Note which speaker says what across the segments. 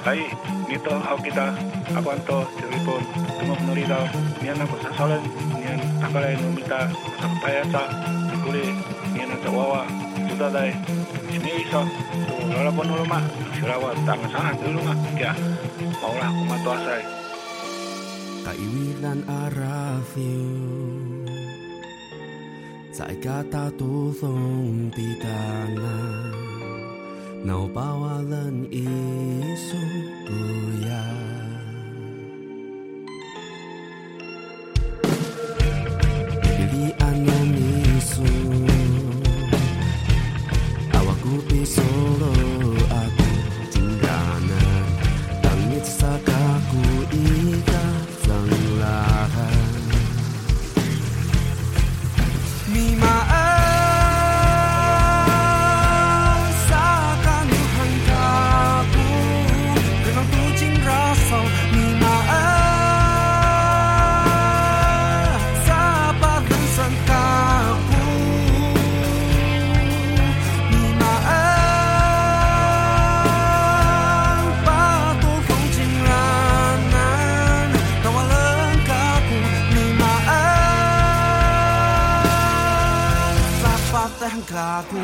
Speaker 1: Hai, nito hau kita, aku Anto, Cirebon, Temu Penurida, Nian aku sasalan, Nian takalai numita, masak payasa, Nikuli, Nian atau wawa, Sudadai, Sini iso, Lala pun rumah, Sirawa, tangan sangat di rumah, ya, maulah aku matuasai.
Speaker 2: Kaiwilan arafin Sa ikatatusong titangan Naubawalan isukuya Pilihan ng isu Awak ko pisolo ako Tingganan Tangit sa kaku ika Sang lahat Mimaan sa kanuhang kapo Ganang tuting rasaw Mimaan sa pagdansang kapo Mimaan patutong tingranan Kawalan kapo Mimaan sa patang kapo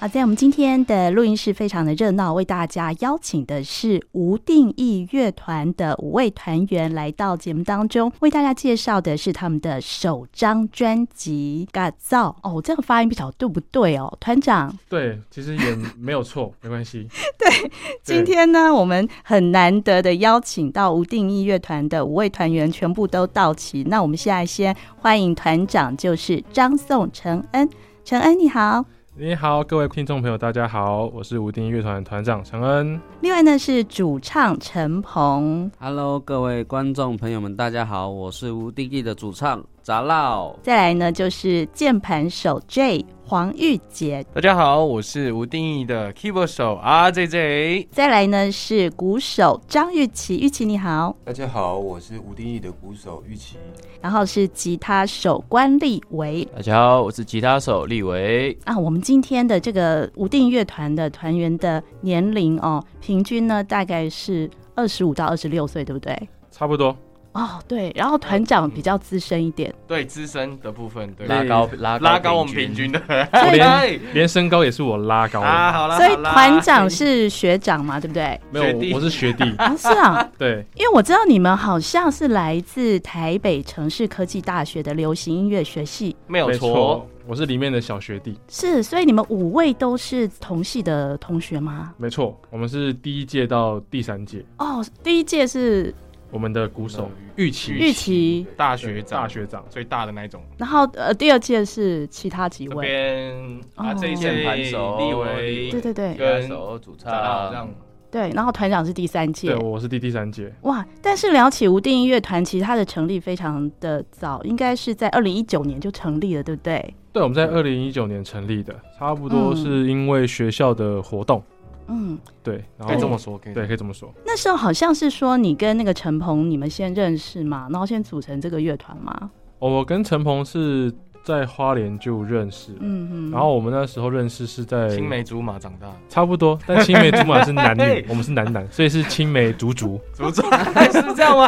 Speaker 3: 好，在我们今天的录音室非常的热闹，为大家邀请的是无定义乐团的五位团员来到节目当中，为大家介绍的是他们的首张专辑《改造》。哦，这个发音不晓得对不对哦，团长。
Speaker 4: 对，其实也没 有错，没关系。对
Speaker 3: 今天呢，我们很难得的邀请到无定义乐团的五位团员全部都到齐。那我们现在先欢迎团长，就是张颂承恩。承恩你好，
Speaker 4: 你好，各位听众朋友，大家好，我是无定义乐团团长陈恩。
Speaker 3: 另外呢是主唱陈鹏。
Speaker 2: Hello，各位观众朋友们，大家好，我是无定义的主唱杂老。
Speaker 3: 再来呢就是键盘手 J 黄玉杰，
Speaker 5: 大家好，我是无定义的 keyboard 手 RJJ。
Speaker 3: 再来呢是鼓手张玉琪，玉琪你好，
Speaker 6: 大家好，我是无定义的鼓手玉琪。
Speaker 3: 然后是吉他手关立维。
Speaker 5: 大家好，我是吉他手立维。
Speaker 3: 啊，我们今天的这个无定乐团的团员的年龄哦，平均呢大概是二十五到二十六岁，对不对？
Speaker 4: 差不多，
Speaker 3: 哦，对，然后团长比较资深一点，
Speaker 5: 对资深的部分，对
Speaker 4: 拉高
Speaker 5: 拉
Speaker 4: 高
Speaker 5: 拉高我们平均的。
Speaker 3: 所以
Speaker 5: 哎
Speaker 4: 连身高也是我拉高的。
Speaker 5: 啊，好啦，
Speaker 3: 所以
Speaker 5: 好啦
Speaker 3: 团长是学长嘛，对不对？。
Speaker 4: 没
Speaker 5: 学弟
Speaker 4: 有，我是学弟
Speaker 3: 啊，是啊，
Speaker 4: 对，
Speaker 3: 因为我知道你们好像是来自台北城市科技大学的流行音乐学系，
Speaker 5: 没有
Speaker 4: 没
Speaker 5: 错
Speaker 4: 错，，我是里面的小学弟，
Speaker 3: 是，所以你们五位都是同系的同学吗？
Speaker 4: 没错，我们是第一届到第三届，
Speaker 3: 哦，第一届是
Speaker 4: 我们的鼓手玉琪，
Speaker 3: 玉琪，
Speaker 5: 大
Speaker 4: 对
Speaker 5: 嗯学长，
Speaker 4: 大学长，
Speaker 5: 最大的那一种。
Speaker 3: 然后呃第二届是其他几
Speaker 5: 这
Speaker 3: 位，
Speaker 5: 边
Speaker 3: 哦
Speaker 5: 啊，这一
Speaker 7: 键盘手
Speaker 5: 立
Speaker 3: 对
Speaker 5: 维
Speaker 3: 对对
Speaker 5: 跟
Speaker 7: 手主唱
Speaker 5: 长老这样，
Speaker 3: 对，然后团长是第三
Speaker 4: 对，
Speaker 3: 届。
Speaker 4: 我是第第三届，
Speaker 3: 哇！但是聊起无定音乐团，其实它的成立非常的早，应该是在二零一九年就成立了，对不对？
Speaker 4: 对，我
Speaker 5: 嗯
Speaker 4: 们在二零一九年成立的，差不多
Speaker 3: 嗯
Speaker 4: 是因为学校的活动，
Speaker 3: 嗯，
Speaker 4: 对，然
Speaker 5: 哎可以这么
Speaker 4: 后
Speaker 5: 说，可以
Speaker 4: 对，可以这么说，
Speaker 3: 那时候好像是说你跟那个陈鹏你们先认识嘛，然后先组成这个乐团嘛。
Speaker 4: 哦我跟陈鹏是在花莲就认识了，
Speaker 3: 嗯嗯。
Speaker 4: 然后我们那时候认识是在
Speaker 5: 青梅竹马长大，
Speaker 4: 差不多，但青梅竹马是 男女
Speaker 5: 嘿，
Speaker 4: 我们是男男，所以是青梅竹 竹。
Speaker 5: 竹长是这样吗？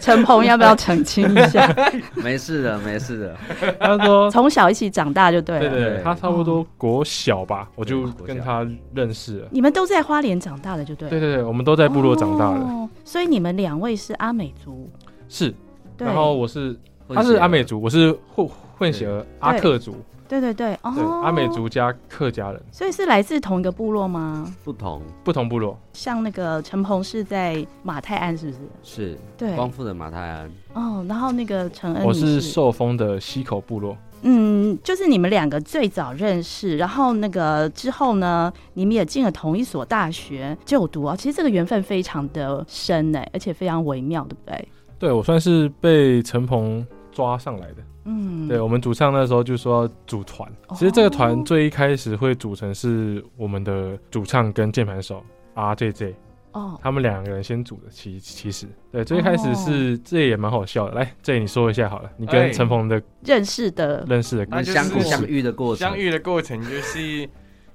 Speaker 3: 陈鹏要不要澄清一下？
Speaker 7: 没事的，没事的。
Speaker 4: 他 说，
Speaker 3: 从小一起长大就对
Speaker 4: 对
Speaker 3: 了。
Speaker 4: 对对，他差不多国小吧，我就
Speaker 7: 对国小
Speaker 4: 跟他认识了。
Speaker 3: 你们都在花莲长大的就对了。
Speaker 4: 对对对，我们都在部落长大的，
Speaker 3: 哦，所以你们两位是阿美族。
Speaker 4: 是。
Speaker 3: 对
Speaker 4: 然后我是，他是阿美族，我是混混血儿阿克族，
Speaker 3: 对对对，
Speaker 4: 对，
Speaker 3: 哦，
Speaker 4: 阿美，族加客家人，
Speaker 3: 所以是来自同一个部落吗？
Speaker 7: 不同
Speaker 4: 不同部落。
Speaker 3: 像那个陈鹏是在马太鞍，是不是？
Speaker 7: 是
Speaker 3: 对，
Speaker 7: 光复的马太安，
Speaker 3: 哦，然后那个陈恩，
Speaker 4: 我
Speaker 3: 你是
Speaker 4: 是受封的溪口部落，
Speaker 3: 嗯，就是你们两个最早认识，然后那个之后呢，你们也进了同一所大学就读啊。其实这个缘分非常的深哎、而且非常微妙，对不对？
Speaker 4: 对我算是被陈鹏抓上来的。
Speaker 3: 嗯，
Speaker 4: 对我们主唱那时候就说要组团，
Speaker 3: 哦
Speaker 4: 其实这个团最一开始会组成是我们的主唱跟键盘手 RJJ，
Speaker 3: 哦，
Speaker 4: 他们两个人先组的。其其实对最一开始是、
Speaker 3: 哦
Speaker 4: 这也蛮好笑的。来，这你说一下好了，你
Speaker 5: 哎
Speaker 4: 跟陈鹏的
Speaker 3: 认识的
Speaker 4: 认识的故
Speaker 5: 那
Speaker 3: 嗯
Speaker 4: 事，
Speaker 5: 就是
Speaker 2: 相
Speaker 5: 故
Speaker 2: 互
Speaker 5: 事
Speaker 2: 相遇的过程
Speaker 5: 相，遇的过程就是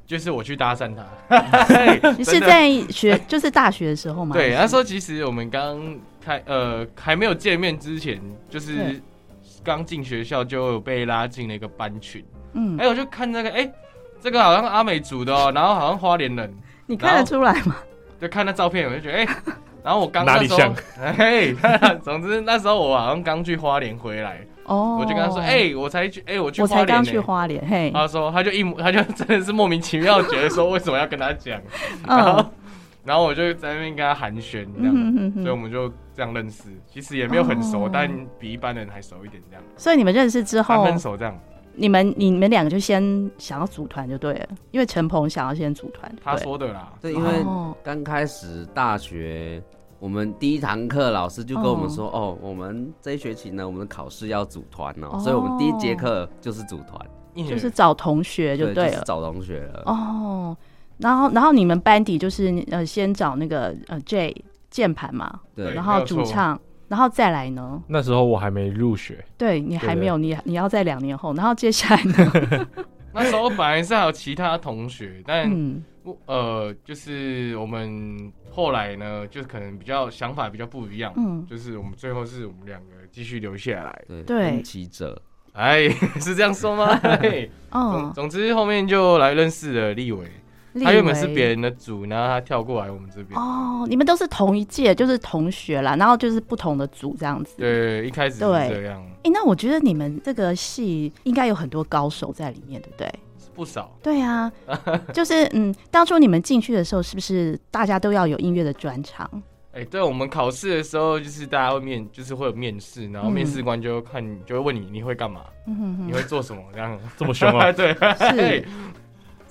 Speaker 5: 就是我去搭讪他，
Speaker 3: 你是
Speaker 5: 真的
Speaker 3: 在学 就是大学的时候吗？
Speaker 5: 对，那时候其实我们刚开呃还没有见面之前，就是
Speaker 3: 对
Speaker 5: 刚进学校就有被拉进了一个班群，
Speaker 3: 嗯
Speaker 5: 哎、，我就看那个哎、这个好像阿美族的哦，然后好像花莲人，
Speaker 3: 你看得出来吗？
Speaker 5: 就看那照片我就觉得哎、然后我刚
Speaker 4: 哪
Speaker 5: 那
Speaker 4: 里
Speaker 5: 时候
Speaker 4: 像
Speaker 5: 哎， 总之那时候我好像刚去花莲回来，
Speaker 3: 哦，
Speaker 5: 我就跟他说哎、我才去哎、我去
Speaker 3: 我
Speaker 5: 花
Speaker 3: 才
Speaker 5: 莲、
Speaker 3: 刚
Speaker 5: 呢。
Speaker 3: 去花莲，嘿，
Speaker 5: 他说，他就一模，他就真的是莫名其妙觉得说为什么要跟他讲， 然后
Speaker 3: 嗯，
Speaker 5: 然后我就在那边跟他寒暄这样，
Speaker 3: 嗯哼
Speaker 5: 所
Speaker 3: 哼
Speaker 5: 以我
Speaker 3: 哼，
Speaker 5: 们就这样认识。其实也没有很熟，
Speaker 3: 哦
Speaker 5: 但比一般人还熟一点这样，
Speaker 3: 所以你们认识
Speaker 5: 三
Speaker 3: 之后，
Speaker 5: 分熟这样。
Speaker 3: 你们你们两个就先想要组团就对了，因为陈鹏想要先组团，
Speaker 5: 他
Speaker 3: 对
Speaker 5: 说的啦，
Speaker 2: 对， 因为
Speaker 3: 哦
Speaker 2: 刚开始大学，我们第一堂课老师就跟我们说，哦，我们这一学期呢，我们的考试要组团
Speaker 3: 哦
Speaker 2: 哦，所以我们第一节课就是组团，
Speaker 3: 就是找同学就
Speaker 2: 就
Speaker 3: 对
Speaker 2: 是
Speaker 3: 了，
Speaker 2: 找同学了。
Speaker 3: 哦，然后然后你们班底就是呃先找那个呃 J 键盘嘛，
Speaker 2: 对
Speaker 3: 然
Speaker 5: 没
Speaker 3: 后
Speaker 5: 有错
Speaker 3: 主唱，然后再来呢，
Speaker 4: 那时候我还没入学，
Speaker 3: 对你还没有你你要在两年后，然后接下来呢，
Speaker 5: 那时候本来是还有其他同学，但
Speaker 3: 嗯
Speaker 5: 我呃，就是我们后来呢，就是可能比较想法比较不一样，
Speaker 3: 嗯，
Speaker 5: 就是我们最后是我们两个继续留下来。
Speaker 2: 对，
Speaker 3: 对
Speaker 2: 分歧者，
Speaker 5: 哎， 是这样说 吗？嘿总
Speaker 3: 哦，
Speaker 5: 总之后面就来认识了立伟。
Speaker 3: 立
Speaker 5: 他原本是
Speaker 3: 维
Speaker 5: 别人的组，然后他跳过来我们这边。
Speaker 3: 哦，你们都是同一届，就是同学啦，然后就是不同的组这样子，
Speaker 5: 对，一开始是
Speaker 3: 对
Speaker 5: 这样，
Speaker 3: 哎、那我觉得你们这个戏应该有很多高手在里面，对不对？
Speaker 5: 不少。
Speaker 3: 对啊，就是嗯，当初你们进去的时候，是不是大家都要有音乐的专场？
Speaker 5: 哎、对我们考试的时候，就是大家会面，就是会有面试，然后
Speaker 3: 嗯
Speaker 5: 面试官就看，就会问你你会干嘛，
Speaker 3: 嗯
Speaker 5: 你
Speaker 3: 哼
Speaker 5: 会做什么这样。
Speaker 4: 这么凶啊！
Speaker 5: 对，
Speaker 3: 哼，
Speaker 5: 嘿
Speaker 3: 是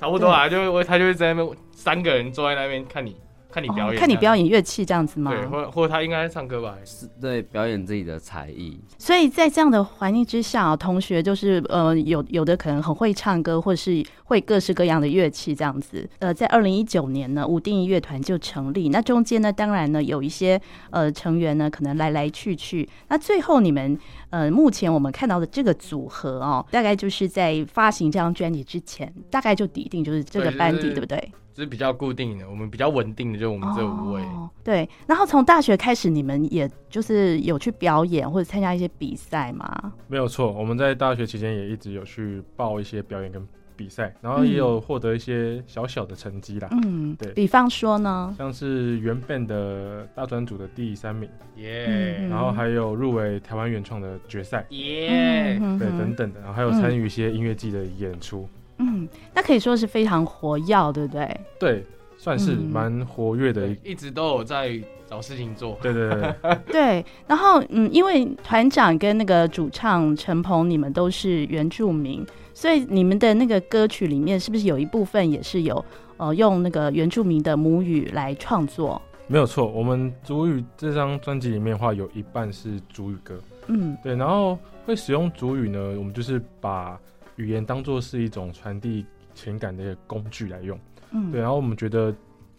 Speaker 5: 差不多啊，就会他就会在那边三个人坐在那边看你看你表演、
Speaker 3: 哦看你表
Speaker 5: 演。
Speaker 3: 演乐器这样子吗？
Speaker 5: 对，或或他应该在唱歌吧？
Speaker 2: 是对表演自己的才艺，
Speaker 3: 所以在这样的环境之下、同学就是呃，有有的可能很会唱歌，或是会各式各样的乐器这样子。呃，在二零一九年呢，五定乐团就成立。那中间呢，当然呢，有一些呃成员呢，可能来来去去。那最后你们呃，目前我们看到的这个组合哦，大概就是在发行这张专辑之前，大概就底定就是这个
Speaker 5: 对就是
Speaker 3: 班底，对不对？
Speaker 5: 就是比较固定的，我们比较稳定的就是我们这五位。
Speaker 3: 哦。对，然后从大学开始，你们也就是有去表演或者参加一些比赛吗？
Speaker 4: 没有错，我们在大学期间也一直有去报一些表演跟比赛，然后也有获得一些小小的成绩啦，
Speaker 3: 嗯，
Speaker 4: 对
Speaker 3: 比方说呢，
Speaker 4: 像是原本的大专组的第三名，
Speaker 5: 耶、
Speaker 3: 嗯
Speaker 4: 然后还有入围台湾原创的决赛，
Speaker 5: 耶、
Speaker 3: 嗯
Speaker 4: 对
Speaker 3: 哼
Speaker 4: 等等的，然后还有参与一些音乐季的演出，
Speaker 3: 嗯，那可以说是非常活跃，对不对？
Speaker 4: 对，算是
Speaker 3: 嗯
Speaker 4: 蛮活跃的一。
Speaker 5: 一直都有在找事情做。
Speaker 4: 对对对对，
Speaker 3: 对，然后嗯，因为团长跟那个主唱陈鹏，你们都是原住民，所以你们的那个歌曲里面是不是有一部分也是有呃用那个原住民的母语来创作？
Speaker 4: 没有错。我们主语这张专辑里面的话，有一半是主语歌，
Speaker 3: 嗯
Speaker 4: 对，然后会使用主语呢，我们就是把语言当做是一种传递情感的一个工具来用。
Speaker 3: 嗯，
Speaker 4: 对，然后我们觉得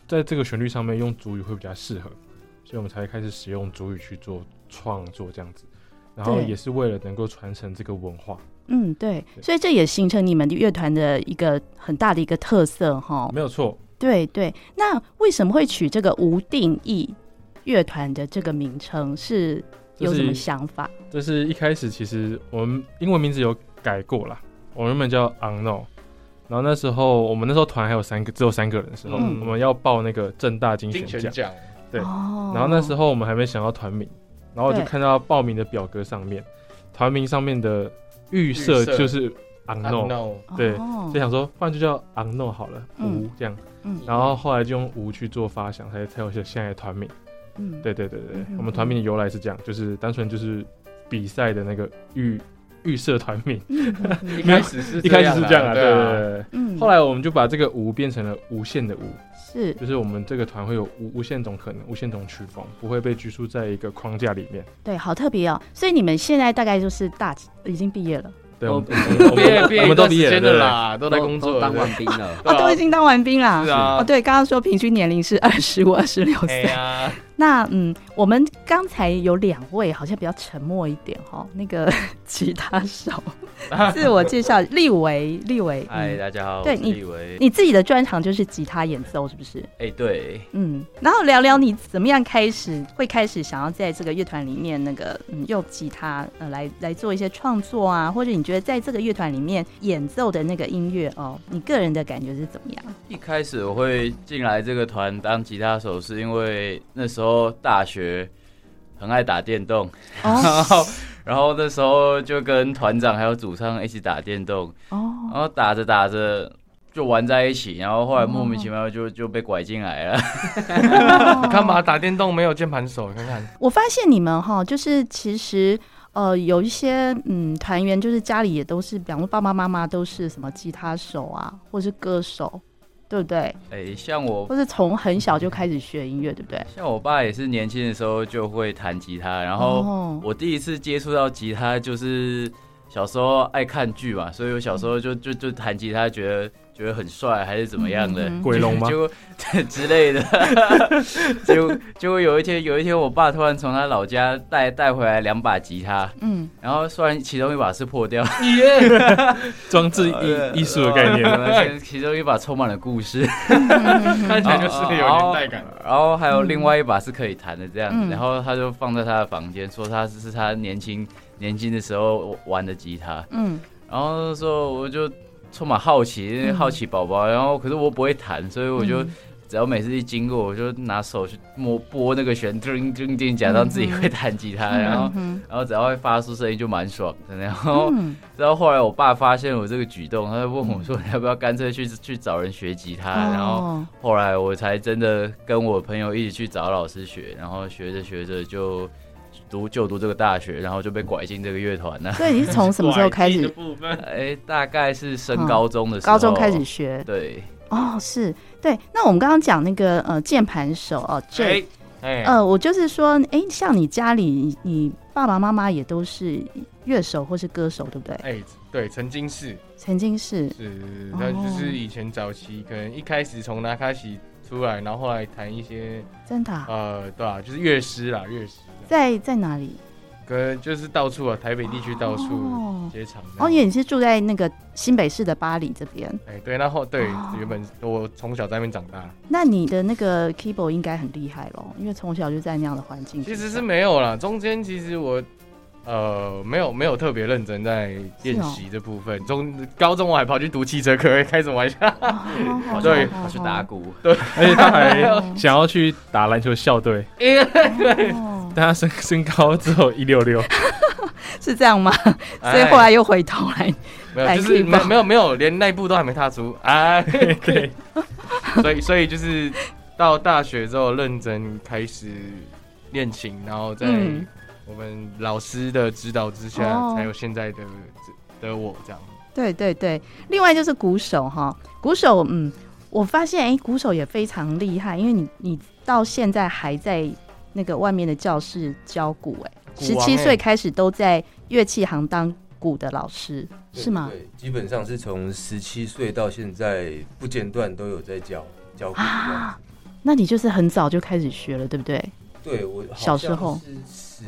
Speaker 4: 在这个旋律上面用主语会比较适合，所以我们才开始使用主语去做创作这样子。然后
Speaker 3: 对
Speaker 4: 也是为了能够传承这个文化，
Speaker 3: 嗯对，
Speaker 4: 对
Speaker 3: 所以这也形成你们的乐团的一个很大的一个特色哈。
Speaker 4: 没有错。
Speaker 3: 对对，那为什么会取这个无定义乐团的这个名称？是
Speaker 4: 这
Speaker 3: 有什么
Speaker 4: 是
Speaker 3: 想法？
Speaker 4: 这是一开始其实我们英文名字有改过啦，我原本叫 Unknown，然后那时候我们那时候团还有三个，只有三个人的时候，
Speaker 5: 嗯
Speaker 4: 我们要报那个正大金
Speaker 5: 金
Speaker 4: 选
Speaker 5: 泉
Speaker 4: 奖，
Speaker 5: 奖，
Speaker 4: 对
Speaker 3: 哦
Speaker 4: 然后那时候我们还没想到团名，然后我就
Speaker 3: 对
Speaker 4: 看到报名的表格上面，团名上面的预设
Speaker 5: 预设
Speaker 4: 就是
Speaker 5: no
Speaker 4: Unknown，
Speaker 5: no，
Speaker 4: 对
Speaker 3: 哦
Speaker 4: 就想说不然就叫 Unknown 好了，
Speaker 3: 嗯
Speaker 4: 无这样，
Speaker 3: 嗯
Speaker 4: 然后后来就用无去做发想，才才有现在的团名。
Speaker 3: 嗯，
Speaker 4: 对对对对，
Speaker 3: 嗯
Speaker 4: 我们团名的由来是这样，就是单纯就是比赛的那个预预设团名，
Speaker 5: 一开始是
Speaker 4: 一开始是这样啊，对对
Speaker 5: 对啊，
Speaker 4: 对对。
Speaker 3: 嗯，
Speaker 4: 后来我们就把这个无变成了无限的无，
Speaker 3: 是
Speaker 4: 就是我们这个团会有无无限种可能、无限种曲风，不会被拘束在一个框架里面。
Speaker 3: 对，好特别哦。所以你们现在大概就是大几已经毕业了，
Speaker 4: 对，
Speaker 2: 都
Speaker 4: 我们我
Speaker 5: 哦毕业
Speaker 4: 们
Speaker 5: 毕业
Speaker 4: 我们都
Speaker 5: 一段时
Speaker 4: 毕业了，
Speaker 5: 间的
Speaker 4: 对不对
Speaker 5: 啦，都在工作
Speaker 2: 都
Speaker 5: 了，
Speaker 2: 当完
Speaker 5: 对
Speaker 2: 兵了。
Speaker 5: 对
Speaker 3: 哦，
Speaker 5: 啊
Speaker 3: 都已经当完兵啦。
Speaker 5: 是啊
Speaker 3: 哦，对，刚刚说平均年龄是二十五、二十六
Speaker 5: 哎
Speaker 3: 岁。
Speaker 5: 呀，
Speaker 3: 那嗯，我们刚才有两位好像比较沉默一点哈、哦，那个 吉他 手自我介绍，立维，立维，
Speaker 8: 嗨，
Speaker 3: 嗯，
Speaker 8: 大家好，
Speaker 3: 对
Speaker 8: 我是
Speaker 3: 你
Speaker 8: 立维。
Speaker 3: 你自己的专长就是吉他演奏，是不是？
Speaker 8: 哎、对，
Speaker 3: 嗯，然后聊聊你怎么样开始会开始想要在这个乐团里面那个嗯用吉他呃来来做一些创作啊，或者你觉得在这个乐团里面演奏的那个音乐哦，你个人的感觉是怎么样？
Speaker 8: 一开始我会进来这个团当吉他手，是因为那时候大学很爱打电动，
Speaker 3: 哦
Speaker 8: 然后 然后那时候就跟团长还有主唱一起打电动，
Speaker 3: 哦
Speaker 8: 然后打着打着就玩在一起，然后后来莫名其妙就 就被拐进来了。
Speaker 5: 干嘛打电动没有键盘手？你看看，
Speaker 3: 我发现你们哈，就是其实呃有一些嗯团员，就是家里也都是，比方说爸爸妈妈都是什么吉他手啊，或是歌手，对不对？
Speaker 8: 哎、像我
Speaker 3: 或是从很小就开始学音乐，对不对？
Speaker 8: 像我爸也是年轻的时候就会弹吉他，然后
Speaker 3: 哦
Speaker 8: 我第一次接触到吉他就是小时候爱看剧嘛，所以我小时候就就就弹吉他，觉得觉得很帅还是怎么样的。
Speaker 3: 嗯嗯嗯
Speaker 4: 鬼龙吗
Speaker 8: 结？果 之类的，结果结果有一天有一天，我爸突然从他老家带带回来两把吉他，
Speaker 3: 嗯，
Speaker 8: 然后虽然其中一把是破掉，
Speaker 4: 装置
Speaker 5: 呃
Speaker 4: 艺艺术的概念，
Speaker 8: 念，其中一把充满了故事，
Speaker 5: 看
Speaker 3: 哦
Speaker 5: 起来就是有年代感。
Speaker 8: 然后还有另外一把是可以弹的这样子，
Speaker 3: 嗯
Speaker 8: 然后他就放在他的房间，说他是他年轻年轻的时候玩的吉他，
Speaker 3: 嗯，
Speaker 8: 然后那时候我就充满好奇，
Speaker 3: 嗯
Speaker 8: 好奇宝宝，然后可是我不会弹，所以我就。
Speaker 3: 嗯
Speaker 8: 只要每次一经过，我就拿手去摸拨那个弦，叮叮叮，假装自己会弹吉他，然后
Speaker 3: 嗯
Speaker 8: 然后只要会发出声音就蛮爽的。然后
Speaker 3: 嗯，
Speaker 8: 然后后来我爸发现我这个举动，他就问我说：“你要不要干脆去 去找人学吉他？”啊然后
Speaker 3: 哦
Speaker 8: 后来我才真的跟我朋友一起去找老师学，然后学着学着就读就读这个大学，然后就被拐进这个乐团了。
Speaker 3: 所以你是从什么哦时候开
Speaker 5: 拐进的
Speaker 3: 始？
Speaker 5: 部分？
Speaker 8: 哎，大概是升高中的时
Speaker 3: 嗯
Speaker 8: 候，
Speaker 3: 高中开始学
Speaker 8: 对，
Speaker 3: 哦，是对。那我们刚刚讲那个呃键盘手哦，这、
Speaker 5: 哎哎，
Speaker 3: 呃，我就是说，哎、像你家里你你爸爸妈妈也都是乐手或是歌手，对不对？
Speaker 5: 哎，对，曾经是
Speaker 3: 曾经是
Speaker 5: 是，那
Speaker 3: 哦
Speaker 5: 就是以前早期可能一开始从拿卡西出来，然后后来弹一些
Speaker 3: 真的啊、
Speaker 5: 呃，对啊，就是乐师啦，乐师这样，
Speaker 3: 在在哪里？
Speaker 5: 跟就是到处啊，台北地区到
Speaker 3: 哦
Speaker 5: 处接场这样。
Speaker 3: 哦，因为你是住在那个新北市的巴黎这边，
Speaker 5: 哎，对，然后对
Speaker 3: 哦，
Speaker 5: 原本我从小在那边长大，
Speaker 3: 那你的那个 keyboard 应该很厉害咯，因为从小就在那样的环境。
Speaker 5: 其实是没有啦，中间其实我。呃，没有没有特别认真在练
Speaker 3: 哦
Speaker 5: 习这部分。中高中我还跑去读汽车科， 开什么玩笑？
Speaker 3: 哦
Speaker 5: 对
Speaker 8: 他去打鼓，
Speaker 4: 而且他
Speaker 5: 哎
Speaker 4: 还想要去打篮球校队，
Speaker 3: 哦
Speaker 4: 但他身身高只有一六六，
Speaker 5: 哦
Speaker 3: 是这样吗？
Speaker 5: 哎
Speaker 3: 所以后来又回头来
Speaker 5: 没有，
Speaker 3: 来
Speaker 5: 就是没
Speaker 3: keep
Speaker 5: 有没有没有，连那一步都还没踏出 啊！
Speaker 4: 对，
Speaker 5: 所以所以就是到大学之后认真开始练琴，然后在
Speaker 3: 嗯
Speaker 5: 我们老师的指导之
Speaker 3: 哦
Speaker 5: 下，才有现在的的我这样。
Speaker 3: 对对对，另外就是鼓手哈，鼓手嗯，我发现哎、诶鼓手也非常厉害，因为你你到现在还在那个外面的教室教鼓哎、十
Speaker 5: 鼓王
Speaker 3: 七
Speaker 5: 诶
Speaker 3: 岁开始都在乐器行当鼓的老师
Speaker 9: 对
Speaker 3: 是吗？
Speaker 9: 对，基本上是从十七岁到现在不间断都有在教教鼓这样
Speaker 3: 啊
Speaker 9: 子。，
Speaker 3: 那你就是很早就开始学了，对不对？
Speaker 9: 对我
Speaker 3: 小时候
Speaker 9: 是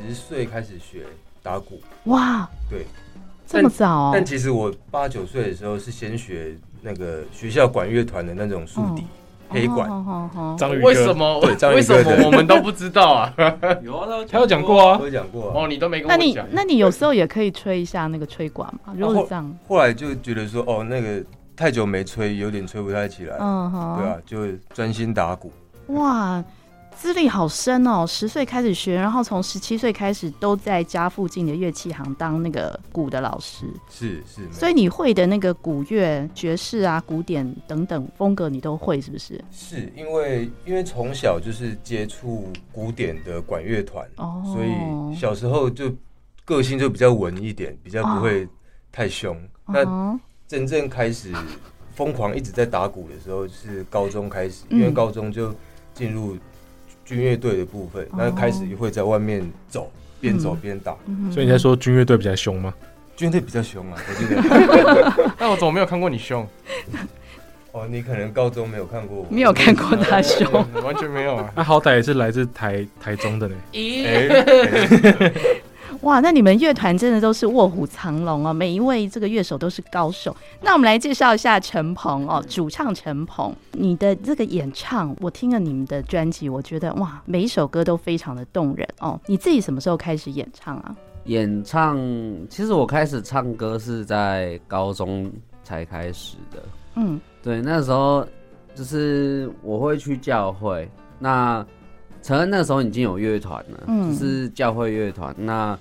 Speaker 9: 十岁开始学打鼓，
Speaker 3: 哇，
Speaker 9: 对，
Speaker 3: 这么早、哦
Speaker 9: 但，其实我八九岁的时候是先学那个学校管乐团的那种竖笛、黑管。
Speaker 3: 哦哦哦
Speaker 4: 章鱼哥
Speaker 5: 为什么
Speaker 9: 对章鱼
Speaker 5: 为什
Speaker 9: 哥的
Speaker 5: 么我们都不知道啊？
Speaker 2: 有啊，
Speaker 4: 他有讲过啊
Speaker 9: 我，有讲过、啊，
Speaker 5: 哦，你都没跟
Speaker 3: 那
Speaker 5: 我
Speaker 3: 你
Speaker 5: 讲。
Speaker 3: 那你有时候也可以吹一下那个吹管嘛，如果是这样，
Speaker 9: 后来就觉得说，哦，那个太久没吹，有点吹不太起来，
Speaker 3: 嗯哼，
Speaker 9: 对啊，就专心打鼓。
Speaker 3: 哇，资历好深哦！十岁开始学，然后从十七岁开始都在家附近的乐器行当那个鼓的老师，
Speaker 9: 是是，没有
Speaker 3: 所以你会的那个古乐、爵士啊、古典等等风格你都会，是不是？
Speaker 9: 是因为因为从小就是接触古典的管乐团，
Speaker 3: 哦
Speaker 9: 所以小时候就个性就比较稳一点，比较不会太凶。那
Speaker 3: 哦嗯
Speaker 9: 真正开始疯狂一直在打鼓的时候是高中开始，因为
Speaker 3: 嗯
Speaker 9: 高中就进入军乐队的部分，
Speaker 3: 哦
Speaker 9: 那开始会在外面走，边
Speaker 3: 嗯
Speaker 9: 走边打。
Speaker 3: 哼
Speaker 4: 所以你在说军乐队比较凶吗？
Speaker 9: 军乐队比较凶啊，我记 得。
Speaker 5: 但我怎么没有看过你凶？
Speaker 9: 哦，你可能高中没有看过我，
Speaker 3: 没有看过
Speaker 9: 呃
Speaker 3: 他凶，
Speaker 5: 完全没有啊。
Speaker 4: 那好歹也是来自台台中的呢。
Speaker 2: 哦
Speaker 3: 哇，那你们乐团真的都是卧虎藏龙哦，每一位这个乐手都是高手。那我们来介绍一下陈鹏哦，主唱陈鹏，你的这个演唱，我听了你们的专辑，我觉得哇，每一首歌都非常的动人哦。你自己什么时候开始演唱啊？
Speaker 2: 演唱，其实我开始唱歌是在高中才开始的。
Speaker 3: 嗯
Speaker 2: 对，那时候就是我会去教会。那承恩那时候已经有乐团了，
Speaker 3: 嗯
Speaker 2: 就是教会乐团。那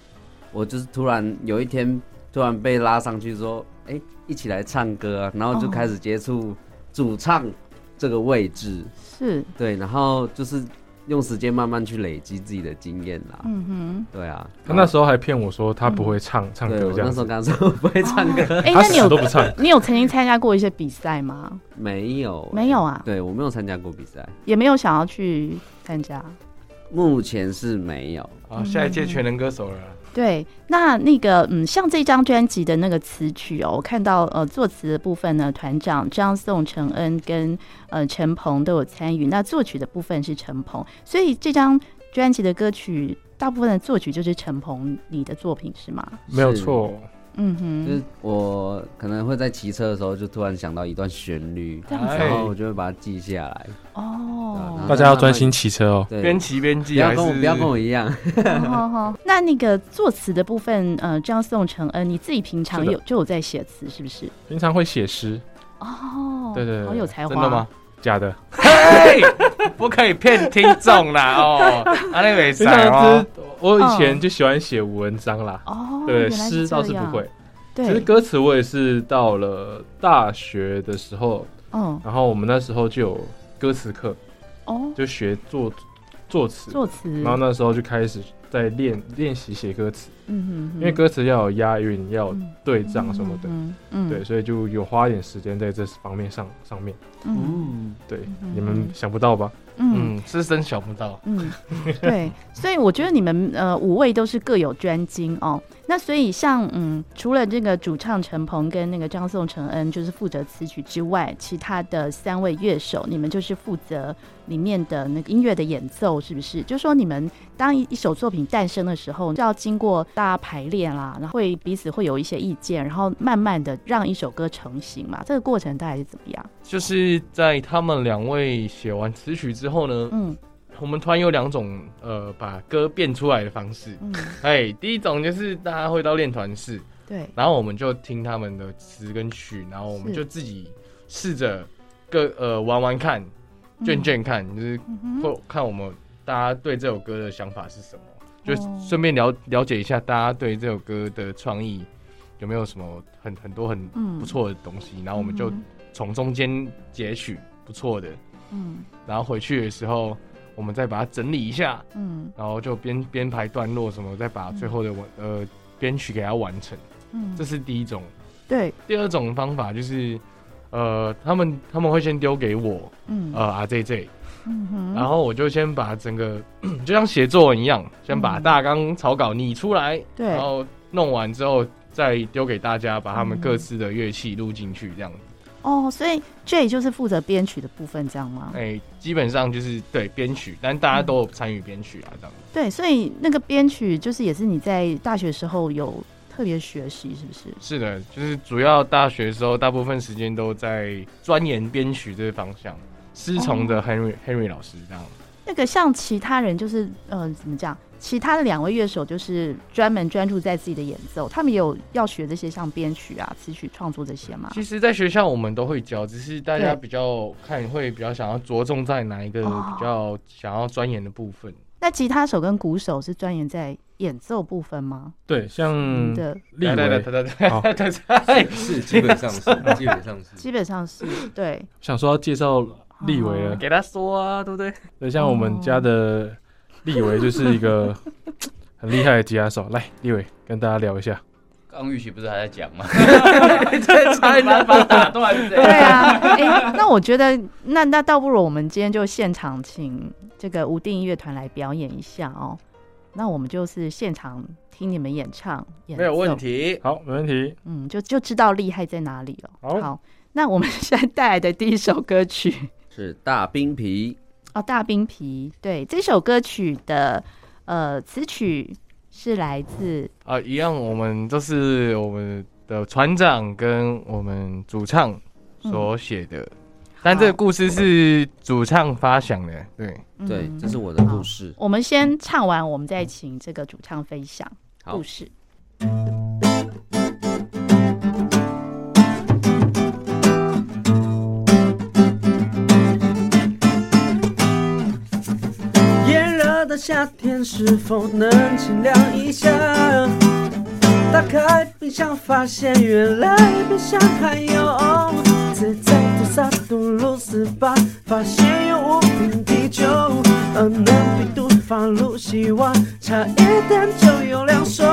Speaker 2: 我就是突然有一天突然被拉上去说，哎、一起来唱歌啊，然后就
Speaker 3: 哦
Speaker 2: 开始接触主唱这个位置。
Speaker 3: 是，
Speaker 2: 对，然后就是用时间慢慢去累积自己的经验啦。
Speaker 3: 嗯
Speaker 2: 对啊，
Speaker 4: 他那时候还骗我说他不会唱唱
Speaker 2: 嗯对
Speaker 4: 歌
Speaker 2: 我
Speaker 4: 这
Speaker 2: 那
Speaker 4: 样
Speaker 2: 时候
Speaker 4: 子，
Speaker 2: 刚说我不会唱歌，
Speaker 3: 哼，哎、
Speaker 4: 他
Speaker 3: 那你
Speaker 4: 死都
Speaker 3: 有
Speaker 4: 不唱。
Speaker 3: 你有曾经参加过一些比赛吗？
Speaker 2: 没有，
Speaker 3: 没有啊
Speaker 2: 对我没有参加过比赛，
Speaker 3: 也没有想要去参加。
Speaker 2: 目前是没有。
Speaker 5: 好，啊下一届全能歌手了啦。
Speaker 3: 对，那那个嗯，像这张专辑的那个词曲哦，我看到呃作词的部分呢，团长张颂、承恩跟呃陈鹏都有参与。那作曲的部分是陈鹏，所以这张专辑的歌曲大部分的作曲就是陈鹏你的作品是吗？
Speaker 4: 没有错，
Speaker 3: 嗯
Speaker 2: 就是
Speaker 3: 哼，
Speaker 2: 我可能会在骑车的时候就突然想到一段旋律，
Speaker 3: 这
Speaker 5: 啊
Speaker 3: 样子
Speaker 2: 然后我就会把它记下来。
Speaker 3: 哦，
Speaker 4: 大家要专心骑车哦。
Speaker 2: 对，
Speaker 5: 边骑边
Speaker 2: 不
Speaker 5: 记，
Speaker 2: 要
Speaker 5: 还
Speaker 2: 跟我
Speaker 5: 是
Speaker 2: 不要跟我一样。
Speaker 4: 啊
Speaker 3: 好好好那那个作词的部分，呃，张颂、承恩，你自己平常
Speaker 4: 是的
Speaker 3: 有就有在写词是不是？
Speaker 4: 平常会写诗，
Speaker 3: 哦，
Speaker 4: 对对对
Speaker 3: 好有才华，
Speaker 5: 真的吗？？
Speaker 4: 假的。
Speaker 5: 嘿，不可以骗听众啦哦，阿内伟
Speaker 4: 平
Speaker 5: 塞
Speaker 4: 常
Speaker 5: 哦
Speaker 4: 就是，我以前就喜欢写文章啦，
Speaker 3: 哦，
Speaker 4: 对，
Speaker 3: 原来
Speaker 4: 诗倒
Speaker 3: 这
Speaker 4: 是不
Speaker 3: 样
Speaker 4: 会。其实
Speaker 3: 对，
Speaker 4: 歌词我也是到了大学的时候，
Speaker 3: 嗯，
Speaker 4: 然后我们那时候就有歌词课，
Speaker 3: 哦，
Speaker 4: 就学作作词，
Speaker 3: 作词，
Speaker 4: 然后那时候就开始在练练习写歌词，
Speaker 3: 嗯哼，
Speaker 4: 因为歌词要有押韵，要有
Speaker 3: 嗯
Speaker 4: 对仗什么的，
Speaker 3: 嗯，嗯
Speaker 4: 对，，所以就有花一点时间在这方面上上面。
Speaker 3: 嗯
Speaker 4: 对，
Speaker 3: 嗯
Speaker 4: 你们想不到吧？
Speaker 3: 嗯
Speaker 5: 嗯，是真想不到，
Speaker 3: 嗯， 对，所以我觉得你们呃五位都是各有专精哦。那所以像嗯，除了这个主唱陈鹏跟那个张颂承恩就是负责词曲之外，其他的三位乐手，你们就是负责里面的那个音乐的演奏，是不是？就说你们当一一首作品诞生的时候，就要经过大家排练啦，然后会彼此会有一些意见，然后慢慢的让一首歌成型嘛。这个过程大概是怎么样？
Speaker 5: 就是在他们两位写完词曲之后呢，
Speaker 3: 嗯
Speaker 5: 我们团有两种呃把歌变出来的方式，
Speaker 3: 嗯，
Speaker 5: 哎，第一种就是大家会到练团室，
Speaker 3: 对，
Speaker 5: 然后我们就听他们的词跟曲，然后我们
Speaker 3: 是
Speaker 5: 就自己试着各呃玩玩看，卷卷看，就是
Speaker 3: 嗯哼
Speaker 5: 或看我们大家对这首歌的想法是什么，就
Speaker 3: 哦
Speaker 5: 顺便了了解一下大家对这首歌的创意有没有什么很很多很
Speaker 3: 嗯
Speaker 5: 不错的东西，然后我们就
Speaker 3: 嗯
Speaker 5: 从中间截取不错的，
Speaker 3: 嗯
Speaker 5: 然后回去的时候我们再把它整理一下，
Speaker 3: 嗯
Speaker 5: 然后就编编排段落什么，再把最后的完呃编曲给它完成，
Speaker 3: 嗯，
Speaker 5: 这是第一种。
Speaker 3: 对，
Speaker 5: 第二种方法就是，呃，他们他们会先丢给我，
Speaker 3: 嗯
Speaker 5: 呃，RJJ，
Speaker 3: 嗯哼，
Speaker 5: 然后我就先把整个 就像写作文一样，先把
Speaker 3: 嗯
Speaker 5: 大纲草稿拟出来，
Speaker 3: 对
Speaker 5: 然后弄完之后再丢给大家，把他们
Speaker 3: 嗯
Speaker 5: 各自的乐器录进去，这样子。
Speaker 3: 哦，所以 J 就是负责编曲的部分，这样吗？
Speaker 5: 哎、基本上就是对编曲，但大家都有参与编曲啊，这样。
Speaker 3: 对，所以那个编曲就是也是你在大学时候有特别学习，是不是？
Speaker 5: 是的，就是主要大学的时候，大部分时间都在钻研编曲这个方向，师从
Speaker 3: 哦
Speaker 5: 的 Henry、Henry 老师这样。
Speaker 3: 那个像其他人就是呃，怎么讲？其他的两位乐手就是专门专注在自己的演奏，他们也有要学这些像编曲啊、词曲创作这些吗？
Speaker 5: 其实，在学校我们都会教，只是大家
Speaker 3: 对
Speaker 5: 比较看会比较想要着重在哪一个
Speaker 3: 哦
Speaker 5: 比较想要钻研的部分。
Speaker 3: 那吉他手跟鼓手是钻研在演奏部分吗？
Speaker 4: 对，
Speaker 3: 嗯
Speaker 4: 像
Speaker 3: 的，
Speaker 4: 立
Speaker 5: 对对
Speaker 4: 伟，
Speaker 5: 对对
Speaker 4: 好
Speaker 5: 对对对，
Speaker 9: 哎是基 本上是基本上是
Speaker 3: 基本上是对，
Speaker 4: 想说要介绍立伟
Speaker 3: 哦
Speaker 4: 了，
Speaker 5: 给他说啊，对不对？
Speaker 4: 对，像我们家的立维就是一个很厉害的吉他手。来，立伟跟大家聊一下。
Speaker 8: 刚玉琪不是还在讲吗？对，差点把他打断，是
Speaker 3: 对
Speaker 8: 谁？
Speaker 3: 啊，哎，那我觉得，那那倒不如我们今天就现场请这个无定乐团来表演一下哦。那我们就是现场听你们演唱，演
Speaker 5: 没有问
Speaker 3: 奏，
Speaker 5: 题。
Speaker 4: 好，没问题。
Speaker 3: 嗯，就就知道厉害在哪里了。哦
Speaker 4: 好
Speaker 3: 那我们现在带来的第一首歌曲
Speaker 2: 是大冰皮，
Speaker 3: 哦，《大冰皮》。对，这首歌曲的呃词曲是来自
Speaker 5: 啊，一样，我们都是我们的船长跟我们主唱
Speaker 3: 嗯
Speaker 5: 所写的，但这个故事是主唱发想的，对，
Speaker 2: 对，
Speaker 3: 嗯
Speaker 2: 这是我的故事。
Speaker 3: 我们先唱完，我们再请这个主唱分享
Speaker 2: 好
Speaker 3: 故事。
Speaker 10: 炎热的夏天是否能清凉一下？打开冰箱，发现原来冰箱还有自在的萨杜鲁斯吧，发现有五瓶啤酒，而嗯能比杜法鲁西瓦差一点就有两手。